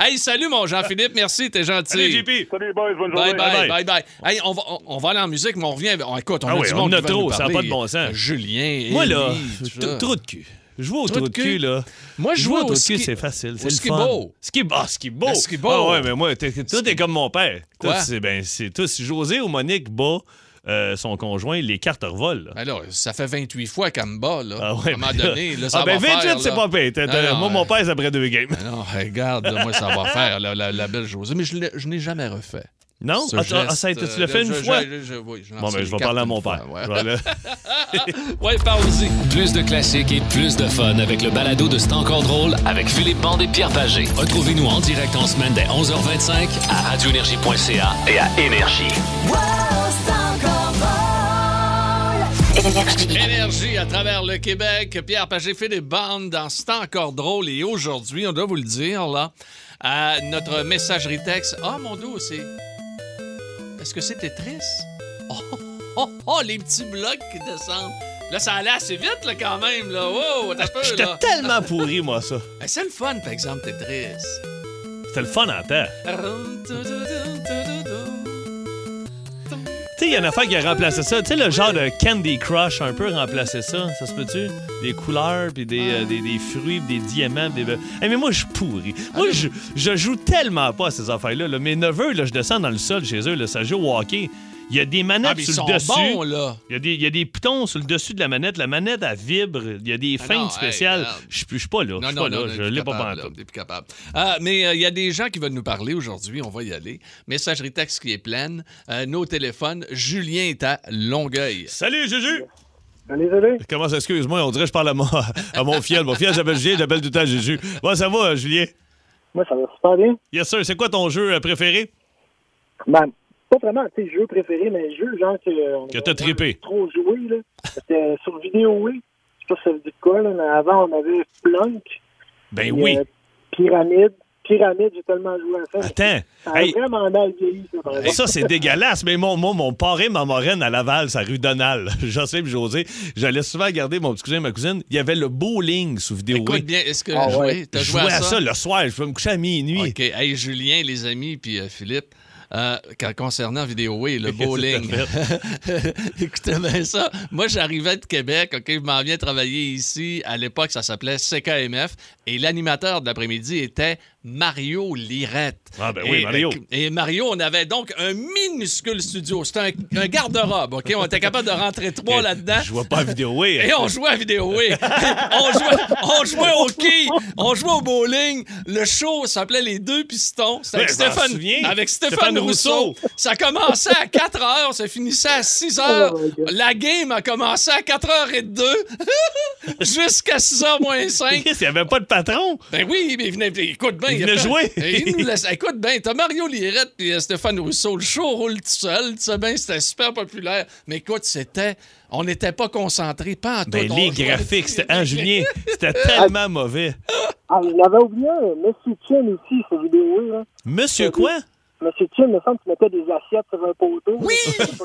S4: hey, salut, mon Jean-Philippe. Merci, t'es gentil.
S3: Salut, JP.
S10: Salut les boys, bonne
S4: Bye
S10: journée.
S4: bye, bye
S3: Bye,
S4: bye. Hey, on, va, on, on va aller en musique, mais on revient. avec- on- écoute, on
S3: Ah
S4: a
S3: oui,
S4: du
S3: on
S4: monde
S3: en a
S4: qui va
S3: trop,
S4: nous
S3: ça a
S4: parler.
S3: pas de bon sens.
S4: Julien,
S3: Moi, là,
S4: Élie, tout ça.
S3: tr- trou de cul. Je vois au
S4: Trou de
S3: trou de
S4: cul.
S3: cul, là.
S4: Moi, je
S3: Jouer
S4: vois
S3: au
S4: au
S3: trou de cul,
S4: ski-
S3: c'est facile.
S4: au
S3: C'est
S4: ski
S3: le fun.
S4: beau.
S3: Ski Ah, ski beau.
S4: Le ski beau.
S3: Ah ouais, mais moi, t'es- t'es- toi, t'es comme mon père.
S4: Quoi?
S3: Toi, c'est ben, c'est- toi, si José ou Monique bat euh, son conjoint, les cartes revolent. là.
S4: Alors, Ben ça fait 28 fois qu'elle me bat, là.
S3: Ah ouais.
S4: À un moment
S3: mais-
S4: donné, là, ça
S3: Ah ben,
S4: va
S3: 28,
S4: faire,
S3: c'est
S4: là.
S3: pas pire. T'as- t'as-
S4: Non, non,
S3: Moi, mon
S4: euh,
S3: père, c'est après deux games.
S4: Non, regarde, là, moi, ça va faire, là, la, la belle Josée. Mais je, l'ai- je n'ai jamais refait.
S3: Non?
S4: ce
S3: Ah, t'as- ah,
S4: geste,
S3: ça a été-
S4: euh,
S3: tu l'as fait
S4: je-
S3: une
S4: je-
S3: fois?
S4: je- je- oui, j'en
S3: Bon,
S4: sais
S3: ben, je vais
S4: quatre
S3: parler à
S4: une
S3: mon
S4: fois,
S3: père.
S4: ouais.
S3: Voilà.
S4: ouais, parle-y.
S2: Plus de classiques et plus de fun avec le balado de C'est encore drôle avec Philippe Bande et Pierre Pagé. Retrouvez-nous en direct en semaine dès 11h25 à radioénergie.ca et à Énergie.
S1: Wow, c'est encore drôle.
S4: Énergie à travers le Québec. Pierre Pagé fait des bandes dans ce temps encore drôle. Et aujourd'hui, on doit vous le dire, là, à notre messagerie texte. Ah, mon dos, c'est. Est-ce que c'était triste? Oh, oh, oh, les petits blocs qui descendent. Là, ça allait assez vite, là, quand même, là. Wow, t'as peur,
S3: J'étais
S4: là.
S3: tellement pourri, moi, ça.
S4: Eh, C'est le fun, par exemple, Tetris.
S3: C'était le fun en temps. Tu sais, il y a une affaire qui a remplacé ça. Tu sais, le genre de Candy Crush un peu remplacé ça. Ça se peut-tu? Des couleurs, puis des, euh, des, des fruits, puis des diamants. puis Des... be- Eh, mais moi, je suis pourri.
S4: Ah,
S3: Moi, je, je joue tellement pas à ces affaires-là. là. Mes neveux, là, je descends dans le sol chez eux. Là, ça joue au hockey. Il y a des manettes
S4: Ah, mais ils
S3: sur
S4: sont
S3: le dessus.
S4: bons, là.
S3: Il y, a des, il y a des boutons sur le dessus de la manette. La manette, elle vibre. Il y a des
S4: Ah
S3: feintes
S4: non, hey,
S3: spéciales.
S4: regarde.
S3: Je suis- je suis pas là. Je
S4: Non,
S3: suis
S4: non,
S3: pas
S4: non,
S3: là. Je l'ai pas
S4: capable,
S3: pantoute.
S4: là, on est plus capable. Ah, mais il y a des gens qui veulent nous parler aujourd'hui. On va y aller. Messagerie texte qui est pleine. Euh, nos téléphones. Julien est à Longueuil.
S3: Salut, Juju!
S10: Salut, salut.
S3: Comment ça, excuse-moi, on dirait que je parle à mon, à mon fiel. Mon fiel, j'appelle Julien, j'appelle tout le temps Juju. Bon, ça va, Julien?
S10: Moi, ça va super bien.
S3: Yes, sir. C'est quoi ton jeu euh, préféré?
S10: Ben, pas vraiment, tu sais, jeu préféré, mais jeu, genre que. euh,
S3: Que t'as
S10: on-
S3: trippé.
S10: on a Trop joué, là. C'était sur vidéo, oui. Je sais pas si ça vous dit de quoi, là, mais avant, on avait Plunk.
S3: Ben
S10: puis,
S3: oui.
S10: euh, Pyramide. Pyramide, j'ai tellement joué à ça.
S3: Attends.
S10: Ça a
S3: Hey.
S10: vraiment mal vieilli, ça, par exemple.
S3: Ça, c'est dégueulasse, mais mon, mon, mon parrain, ma moraine à Laval, sa rue Donald, Jocelyne José, j'allais souvent garder mon petit cousin et ma cousine. Il y avait le bowling sous vidéo.
S4: Écoute
S3: oui.
S4: bien, est-ce que
S10: Ah
S4: jouer?
S10: ouais.
S4: T'as
S3: je
S4: joué
S3: jouais à ça le soir, je peux me coucher à minuit.
S4: OK. Hey, Julien, les amis, puis euh, Philippe. euh, quand- concernant Vidéo Way, le
S3: Qu'est-ce que
S4: bowling.
S3: t'as
S4: Écoutez bien ça. Moi, j'arrivais de Québec, OK, je m'en viens travailler ici. À l'époque, ça s'appelait CKMF. Et l'animateur de l'après-midi était Mario Lirette.
S3: Ah, ben oui,
S4: Et-
S3: Mario.
S4: Et Mario, on avait donc un minuscule studio. C'était un, un garde-robe, OK? On était capable de rentrer trois là-dedans.
S3: Je vois pas à vidéo, oui. euh,
S4: Et on jouait à vidéo, oui. on, jouait, on jouait au hockey, on jouait au bowling. Le show s'appelait Les Deux Pistons. C'était avec,
S3: Ouais, je m'en
S4: Stéphane,
S3: souviens.
S4: avec Stéphane,
S3: Stéphane
S4: Rousseau.
S3: Rousseau.
S4: Ça commençait à 4 heures, ça finissait à 6 heures. La game a commencé à 4 h et 2 jusqu'à 6 h moins 5.
S3: Chris, il n'y avait pas de patron.
S4: Ben oui, mais il venait, écoute bien.
S3: Il
S4: a
S3: venait
S4: fait-
S3: jouer.
S4: Et il nous laissait- écoute bien, t'as Mario Lirette et euh, Stéphane Rousseau. Le show roule tout seul, tu sais bien, c'était super populaire. Mais écoute, c'était, on n'était pas concentrés, pas en tout.
S3: Ben,
S4: on
S3: les
S4: jouait.
S3: graphiques, c'était, hein, Julien, c'était tellement mauvais.
S11: Ah, je l'avais oublié. Monsieur Chin aussi, ce vidéo, là.
S3: Monsieur quoi?
S11: Monsieur Chin, il me semble qu'il mettait des assiettes sur un poteau. Oui!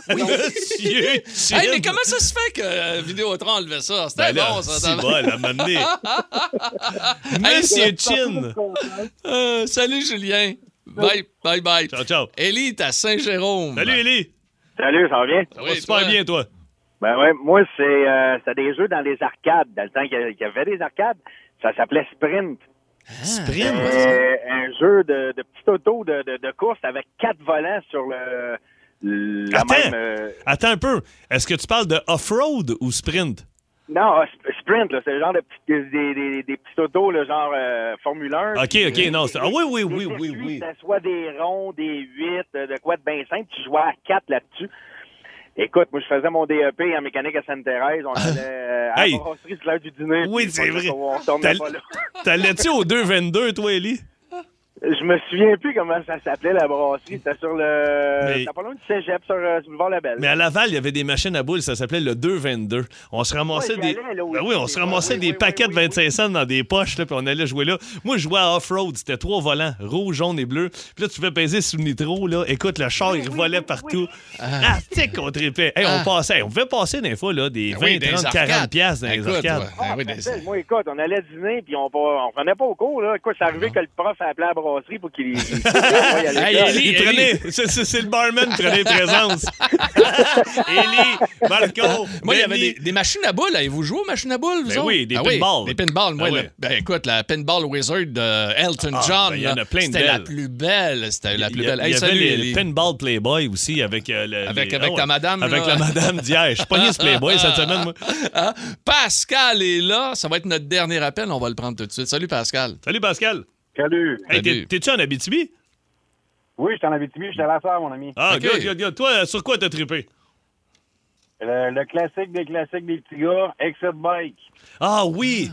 S3: Monsieur Chin.
S4: Hey, mais comment ça se fait que euh, Vidéotron enlevait ça? C'était
S3: Ben là,
S4: bon, ça.
S3: si bol, à un moment donné. Monsieur Chin.
S4: Euh, salut, Julien. Bye, bye, bye. Ciao,
S3: ciao.
S4: Élie, t'es à Saint-Jérôme. Ah
S3: Salut, Élie.
S10: Salut, ça va bien?
S4: Ça va super bien,
S3: toi?
S10: Ben ouais, moi, c'est euh, c'était des jeux dans les arcades. Dans le temps qu'il y a- qu'il y avait des arcades, ça s'appelait Sprint. Euh,
S3: Sprint?
S10: un jeu de, de petit auto de, de- de course avec quatre volants sur le, la
S3: Attends,
S10: même... euh,
S3: attends un peu. Est-ce que tu parles de off-road ou sprint?
S10: non, euh, sp- Sprint, là, c'est le genre de petits- des, des, des- des petits autos, le genre euh, Formule 1.
S3: OK, OK, non. c'est- Ah oui, oui, oui, oui, oui.
S10: C'était soit des ronds, des huit, euh, de quoi de bien simple. Tu jouais à quatre là-dessus. Écoute, moi, je faisais mon DEP en mécanique à Sainte-Thérèse. On allait euh, à
S3: Ah. Hey.
S10: la brasserie sur l'heure du dîner.
S3: Oui,
S10: Puis,
S3: c'est
S10: on-
S3: vrai.
S10: On tournait pas là.
S3: T'allais- T'allais-tu au 2-22, toi, Élie?
S10: Je me souviens plus comment ça s'appelait, la brasserie. C'était sur le...
S3: Mais-
S10: C'était pas loin du cégep, sur, euh, sur le boulevard Labelle.
S3: Mais à Laval, il y avait des machines à boules, ça s'appelait le 2-22. On se ramassait
S10: Ouais, j'y
S3: des.
S10: allais, là, oui.
S3: Ben oui, on se ramassait des paquets de 25 cents dans des poches, là, puis on allait jouer là. Moi, je jouais à off-road, c'était trois volants, rouge, jaune et bleu. Puis là, tu fais peser sous le nitro, là. Écoute, le char, il revolait partout. Ah, tic, on tripait. Hey,
S10: Ah.
S3: on passait. On pouvait passer des fois, là, des 20,
S4: Ben Ah oui, des
S3: 30,
S4: arcades.
S3: 40 piastres dans les
S4: Écoute,
S3: arcades.
S4: ouais.
S10: Ah, je me rappelle, moi, écoute, on allait dîner, puis on, pas- on prenait pas au cours, là. Écoute, c'est arrivé que le prof appelait à la brasserie pour qu'il... il- Ouais, il allait-
S3: Hey,
S10: l'école.
S3: Élie,
S10: Il prenait-
S3: prenez- c'est- C'est c'est le barman qui prenait présence. Élie, Marco,
S4: Moi, il y avait
S3: Benny.
S4: des, des machines à boules. Avez-vous joué aux machines à boules, vous
S3: Ben
S4: autres?
S3: oui, des
S4: Ah
S3: pinballs.
S4: Des pinballs, moi.
S3: Ah
S4: le-
S3: oui.
S4: ben, écoute, la Pinball Wizard de Elton
S3: Ah,
S4: John,
S3: ben, il y en
S4: là,
S3: a plein de
S4: c'était la
S3: belles.
S4: plus belle. C'était la plus
S3: Il y a-
S4: belle.
S3: Il
S4: Hey,
S3: y avait
S4: salut,
S3: les-
S4: Élie.
S3: le Pinball Playboy aussi avec euh, le-
S4: Avec,
S3: les-
S4: avec
S3: ah ouais,
S4: ta madame.
S3: Avec
S4: là.
S3: la madame d'hier. Je suis pogné ce Playboy cette semaine, moi.
S4: Hein? Pascal est là. Ça va être notre dernier appel. On va le prendre tout de suite. Salut, Pascal.
S3: Salut, Pascal.
S12: Salut.
S3: Hey, t'es- T'es-tu en Abitibi?
S12: Oui, j'étais en Abitibi, j'étais à la soeur, mon ami.
S3: Ah, good, good, good. Toi, euh, sur quoi t'as trippé?
S12: Le, le classique des classiques des petits gars, Exit Bike.
S3: Ah oui!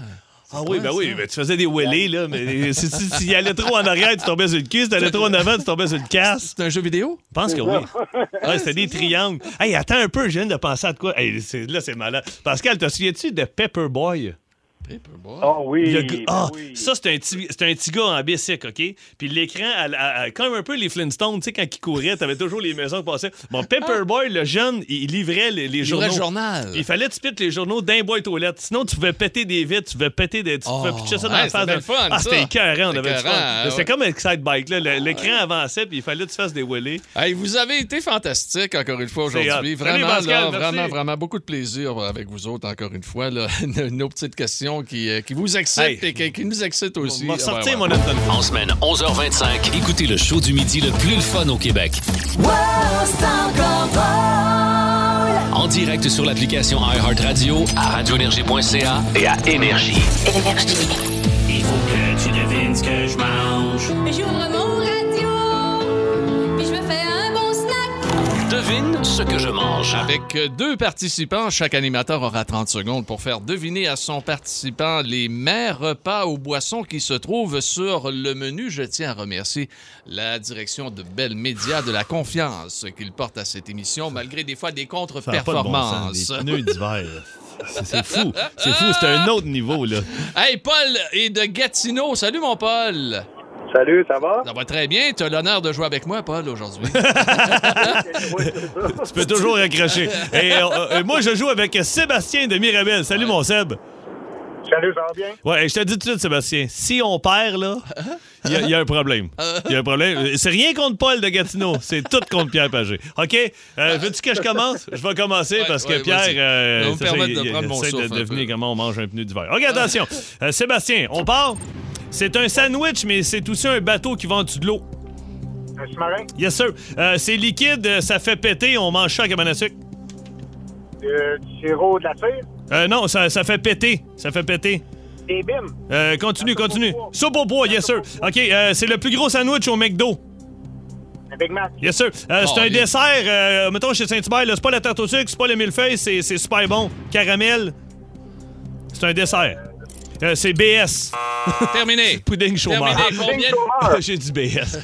S3: Ah oui, ben oui, ben, tu faisais des wheelies, là, mais si tu si y allais trop en arrière, tu tombais sur le cul, si t'allais trop en avant, tu tombais sur le casse.
S4: C'est un jeu vidéo?
S3: Je pense que
S12: C'est
S3: oui.
S12: ça.
S3: Ouais, c'était des triangles. Hey, attends un peu, je viens de penser à de quoi. Hey, c'est- là, c'est malade. Pascal, te souviens-tu de Pepper Boy?
S12: Ah oui,
S3: Oh, Le gars-
S12: ben
S3: ah, Ça, c'est un, petit- c'est un petit gars en bicycle, OK? Puis l'écran, à la- à- à- comme un peu les Flintstones, tu sais, quand ils couraient, t'avais toujours les maisons qui passaient. Bon,
S12: Ah.
S3: Pepper Boy, le jeune, il il livrait les, les
S4: Il
S3: journaux.
S4: livrait le journal.
S3: Il fallait que tu pites les journaux d'un bois toilette. Sinon, tu pouvais péter des vitres, tu pouvais péter des. Tu pouvais
S4: Oh,
S3: pitcher ça dans
S4: ouais,
S3: la face.
S4: c'était le fun,
S3: ah,
S4: ça.
S3: c'était écœurant, on avait du fun.
S4: Écœurant, hein,
S3: C'était
S4: ouais. Ah,
S3: comme un excite bike, là. Le- L'écran avançait, puis il fallait que tu fasses des wheelies.
S4: Hey, vous avez été fantastique encore une fois
S3: C'est
S4: aujourd'hui.
S3: hot. Salut,
S4: Vraiment,
S3: Pascal,
S4: là,
S3: merci.
S4: vraiment, vraiment, beaucoup de plaisir avec vous autres encore une fois. là. Nos- Nos petites questions qui, euh, qui vous excitent et qui, qui nous excitent aussi. Ah, ben,
S2: va sortir
S4: mon
S2: En semaine, 11h25, écoutez le show du midi le plus le fun au Québec.
S1: Wow, c'est encore drôle.
S2: En direct sur l'application iHeartRadio, à radioénergie.ca et à Énergie.
S13: Il faut que tu devines ce que je mange.
S1: J'ouvre mon radio, puis je me fais un bon snack.
S2: Devine ce que je mange.
S4: Avec euh, deux participants, chaque animateur aura 30 secondes pour faire deviner à son participant les meilleurs repas aux boissons qui se trouvent sur le menu. Je tiens à remercier la direction de Bell Média de la confiance qu'ils portent à cette émission, malgré des fois des
S3: Ça n'a pas de bon
S4: contre-performances.
S3: sens, des pneus d'hiver. C'est- C'est fou. C'est fou. C'est un autre niveau, là.
S4: Hey, Paul est de Gatineau. Salut, mon Paul.
S12: Salut, ça va?
S4: Ça va très bien. Tu as l'honneur de jouer avec moi, Paul, aujourd'hui.
S3: Tu peux toujours accrocher. Et, euh, euh, moi, je joue avec Sébastien de Mirabel. Salut, mon Seb.
S12: Salut, ça va bien?
S3: Ouais, et je te dis tout de suite, Sébastien, si on perd, là, il y, a- il y a un problème. Il y a un problème. C'est rien contre Paul de Gatineau, c'est tout contre Pierre Pagé. OK? Euh, Veux-tu que je commence? Je vais commencer parce que
S4: ouais,
S3: Pierre,
S4: vas-y.
S3: euh,
S4: Ça va vous
S3: c'est
S4: permettre
S3: il-
S4: de
S3: il
S4: prendre mon
S3: essaie
S4: souffle un
S3: de devenir comment on mange un pneu d'hiver. OK, attention. Euh, Sébastien, on part. C'est un sandwich, mais c'est aussi un bateau qui vend du de l'eau.
S12: Un sous-marin?
S3: Yes, sir. Euh, c'est liquide, euh, ça fait péter, on mange ça à cabane à sucre.
S12: Euh, du sirop, de la cire?
S3: Euh, non, ça, ça fait péter. Ça fait péter.
S12: Des bims?
S3: Euh, continue, continue. Soupe au poids, yes, sir. OK, euh, c'est le plus gros sandwich au McDo.
S12: Un Big Mac?
S3: Yes, sir. Euh, c'est
S12: Oh,
S3: un
S12: oui.
S3: dessert, euh, mettons, chez Saint-Hubert, là, c'est pas la tarte au sucre, c'est pas le millefeuille, c'est, c'est super bon. Caramel. C'est un dessert. Euh, c'est BS.
S4: Terminé.
S3: Pudding chômeur.
S4: Terminé. Combien de-
S3: J'ai du BS.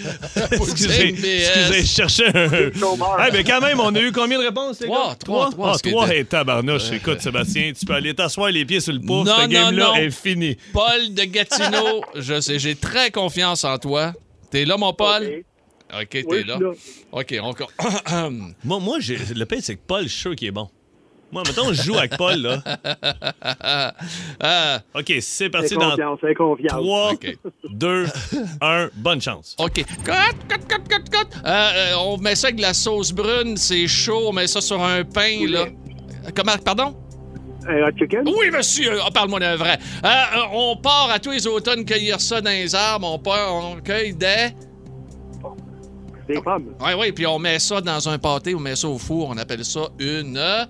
S3: excusez,
S4: Pudding BS.
S3: excusez, je cherchais un... Eh ben quand même, on a eu combien de réponses, les
S4: Trois,
S3: gars?
S4: trois, trois,
S3: Ah,
S4: ce qui
S3: trois,
S4: était-
S3: et tabarnouche. Écoute, Sébastien, tu peux aller t'asseoir les pieds sur le pouce.
S4: Non,
S3: Ce
S4: non, non.
S3: game-là est fini.
S4: Paul de Gatineau, je sais, j'ai très confiance en toi. T'es là, mon Paul? OK, t'es
S3: Oui, je suis
S4: là.
S3: là.
S4: OK, encore.
S3: moi, moi j'ai- le pire, c'est que Paul, je suis sûr qu'il est bon. Moi, mettons, je joue avec Paul, là.
S4: Ah.
S3: OK, c'est parti
S12: Fais
S3: dans
S12: confiance, fais confiance.
S3: 3, 2, 1. Bonne chance.
S4: OK. Cote, cote, cote, cote, cote. Euh, euh, on met ça avec de la sauce brune, c'est chaud, on met ça sur un pain, là. Euh, Comment, pardon?
S3: Euh,
S4: Un hot chicken? Oui, monsieur! Ah, Parle-moi d'un vrai. Euh, euh, on part à tous les automnes cueillir ça dans les arbres, on part, on cueille des... Des pommes. Oui, oui, puis on met ça dans un pâté, on met ça au four, on appelle ça une... euh,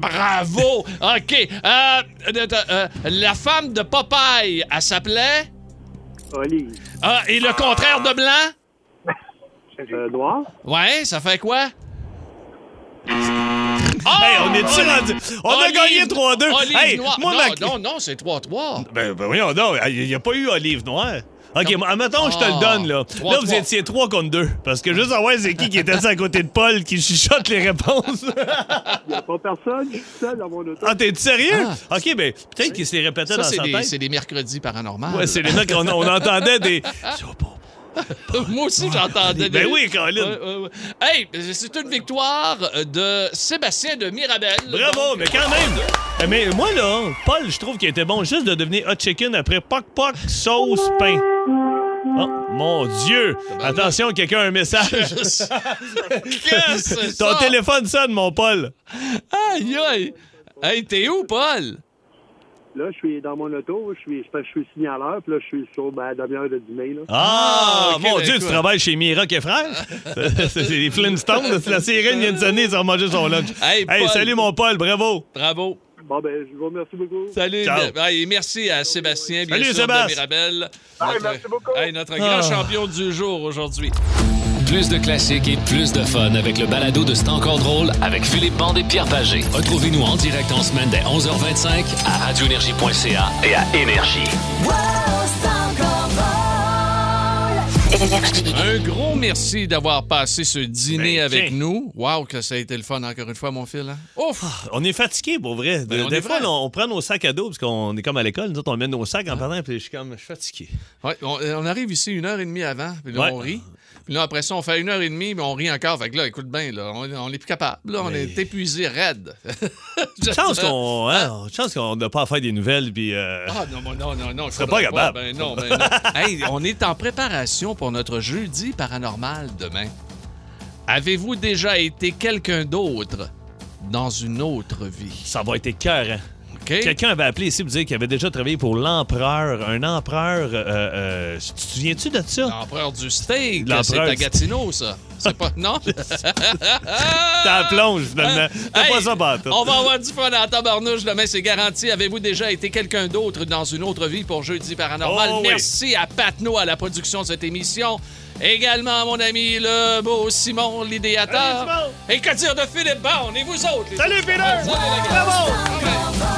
S4: Bravo! OK. Euh, euh, euh, la femme de Popeye, elle s'appelait? Olive. Ah, et le contraire de blanc?
S12: noir?
S4: Ouais, ça fait quoi? Oh!
S3: Hey, on est-tu rendu- On a gagné 3-2.
S4: Olive
S3: Hey,
S4: noire.
S3: moi,
S4: non,
S3: ma-
S4: non, non, c'est 3-3.
S3: Ben, ben voyons donc, il n'y a pas eu Olive Noire. OK, moi, mettons, je te
S4: Ah,
S3: le donne, là.
S4: trois,
S3: là, vous
S4: trois.
S3: étiez 3 contre 2. Parce que juste savoir c'est qui qui était assis à côté de Paul qui chuchote les réponses.
S12: Il n'y a pas personne, je suis seul dans mon auto.
S3: ah, t'es sérieux? OK, ben, peut-être qu'il s'est répété
S4: Ça,
S3: dans
S4: c'est
S3: sa
S4: des,
S3: tête.
S4: c'est des mercredis paranormaux.
S3: Ouais, c'est les mecs qu'on on entendait des.
S4: Moi aussi, j'entendais
S3: Ben
S4: Ah, des-
S3: oui, Colin.
S4: Ouais, ouais, ouais. Hey, c'est une victoire de Sébastien de Mirabel.
S3: Bravo, mais quand même! Eh, Mais moi, là, Paul, je trouve qu'il était bon juste de devenir hot chicken après poc poc sauce pain. Oh, mon Dieu! Attention, quelqu'un a un message.
S4: Qu'est-ce que c'est
S3: Ton
S4: ça?
S3: téléphone sonne, mon Paul.
S4: Aïe, aïe. Hey, t'es où, Paul?
S12: Là, je suis dans mon auto, je suis, je suis signaleur, puis là, je suis sur ma demi-heure de dîner. Là.
S3: Ah,
S12: Ah, ok,
S3: mon
S12: ben
S3: Dieu,
S12: écoute.
S3: tu travailles chez Mirac et Frères? C'est- C'est les Flintstones. La sirène vient de sonner, ils ont mangé son lunch.
S4: Hey, Paul.
S3: salut, mon Paul, bravo!
S4: Bravo.
S12: Bon, ben, je vous remercie beaucoup.
S4: Salut.
S3: Ciao.
S4: Ben, hey, merci à Sébastien, bien
S3: Salut,
S4: sûr,
S3: Sébastien.
S4: de Mirabel. notre, hey, notre
S2: Ah.
S4: grand champion du jour aujourd'hui.
S2: Plus de classiques et plus de fun avec le balado de C'est encore drôle avec Philippe Bande et Pierre Pagé. Retrouvez-nous en direct en semaine dès 11h25 à radioénergie.ca et à Énergie.
S4: Un gros merci d'avoir passé ce dîner
S3: Ben,
S4: avec
S3: tiens.
S4: nous. Wow, que ça a été le fun encore une fois, mon fil. hein?
S3: Ouf! On est fatigué, pour vrai.
S4: Ben, on
S3: des
S4: est
S3: fois,
S4: vrai.
S3: on, on prend nos sacs à dos, parce qu'on est comme à l'école. Nous autres, on met nos sacs en
S4: Hein?
S3: partant, puis je suis comme, je suis fatigué.
S4: Ouais, on, euh, on arrive ici une heure et demie avant, puis là,
S3: Ouais.
S4: on rit. Puis là, après ça, on fait une heure et demie, mais on rit encore. Fait que là, écoute bien, là, on, on est plus capable. Là, on
S3: Mais-
S4: est épuisé, raide.
S3: Chance qu'on hein, chance qu'on n'a pas à faire des nouvelles, puis... euh,
S4: Ah non, mais non, non, non.
S3: serait
S4: faudrait
S3: pas capable.
S4: Ben non, ben non. hey, on est en préparation pour notre jeudi paranormal demain. Avez-vous déjà été quelqu'un d'autre dans une autre vie?
S3: Ça va être cœur.
S4: OK?
S3: Quelqu'un avait appelé ici pour dire qu'il avait déjà travaillé pour l'empereur. Un empereur... euh, euh, tu te souviens-tu de ça?
S4: L'empereur du steak,
S3: L'empereur
S4: c'est à
S3: du-
S4: Gatineau, ça. C'est pas... Non?
S3: T'as la plonge, finalement. T'as
S4: Hein? Hey,
S3: pas ça, pantoute.
S4: On va avoir du fun en tabarnouche demain, c'est garanti. Avez-vous déjà été quelqu'un d'autre dans une autre vie pour Jeudi Paranormal?
S3: Oh, oui.
S4: Merci à Patno à la production de cette émission. Également à mon ami le beau Simon, l'idéateur.
S3: Salut,
S4: Et que dire de Philippe Bond et vous autres? les
S3: Salut,
S4: autres?
S3: Peter!
S4: Salut, la gang.
S3: Bravo!
S4: Ouais.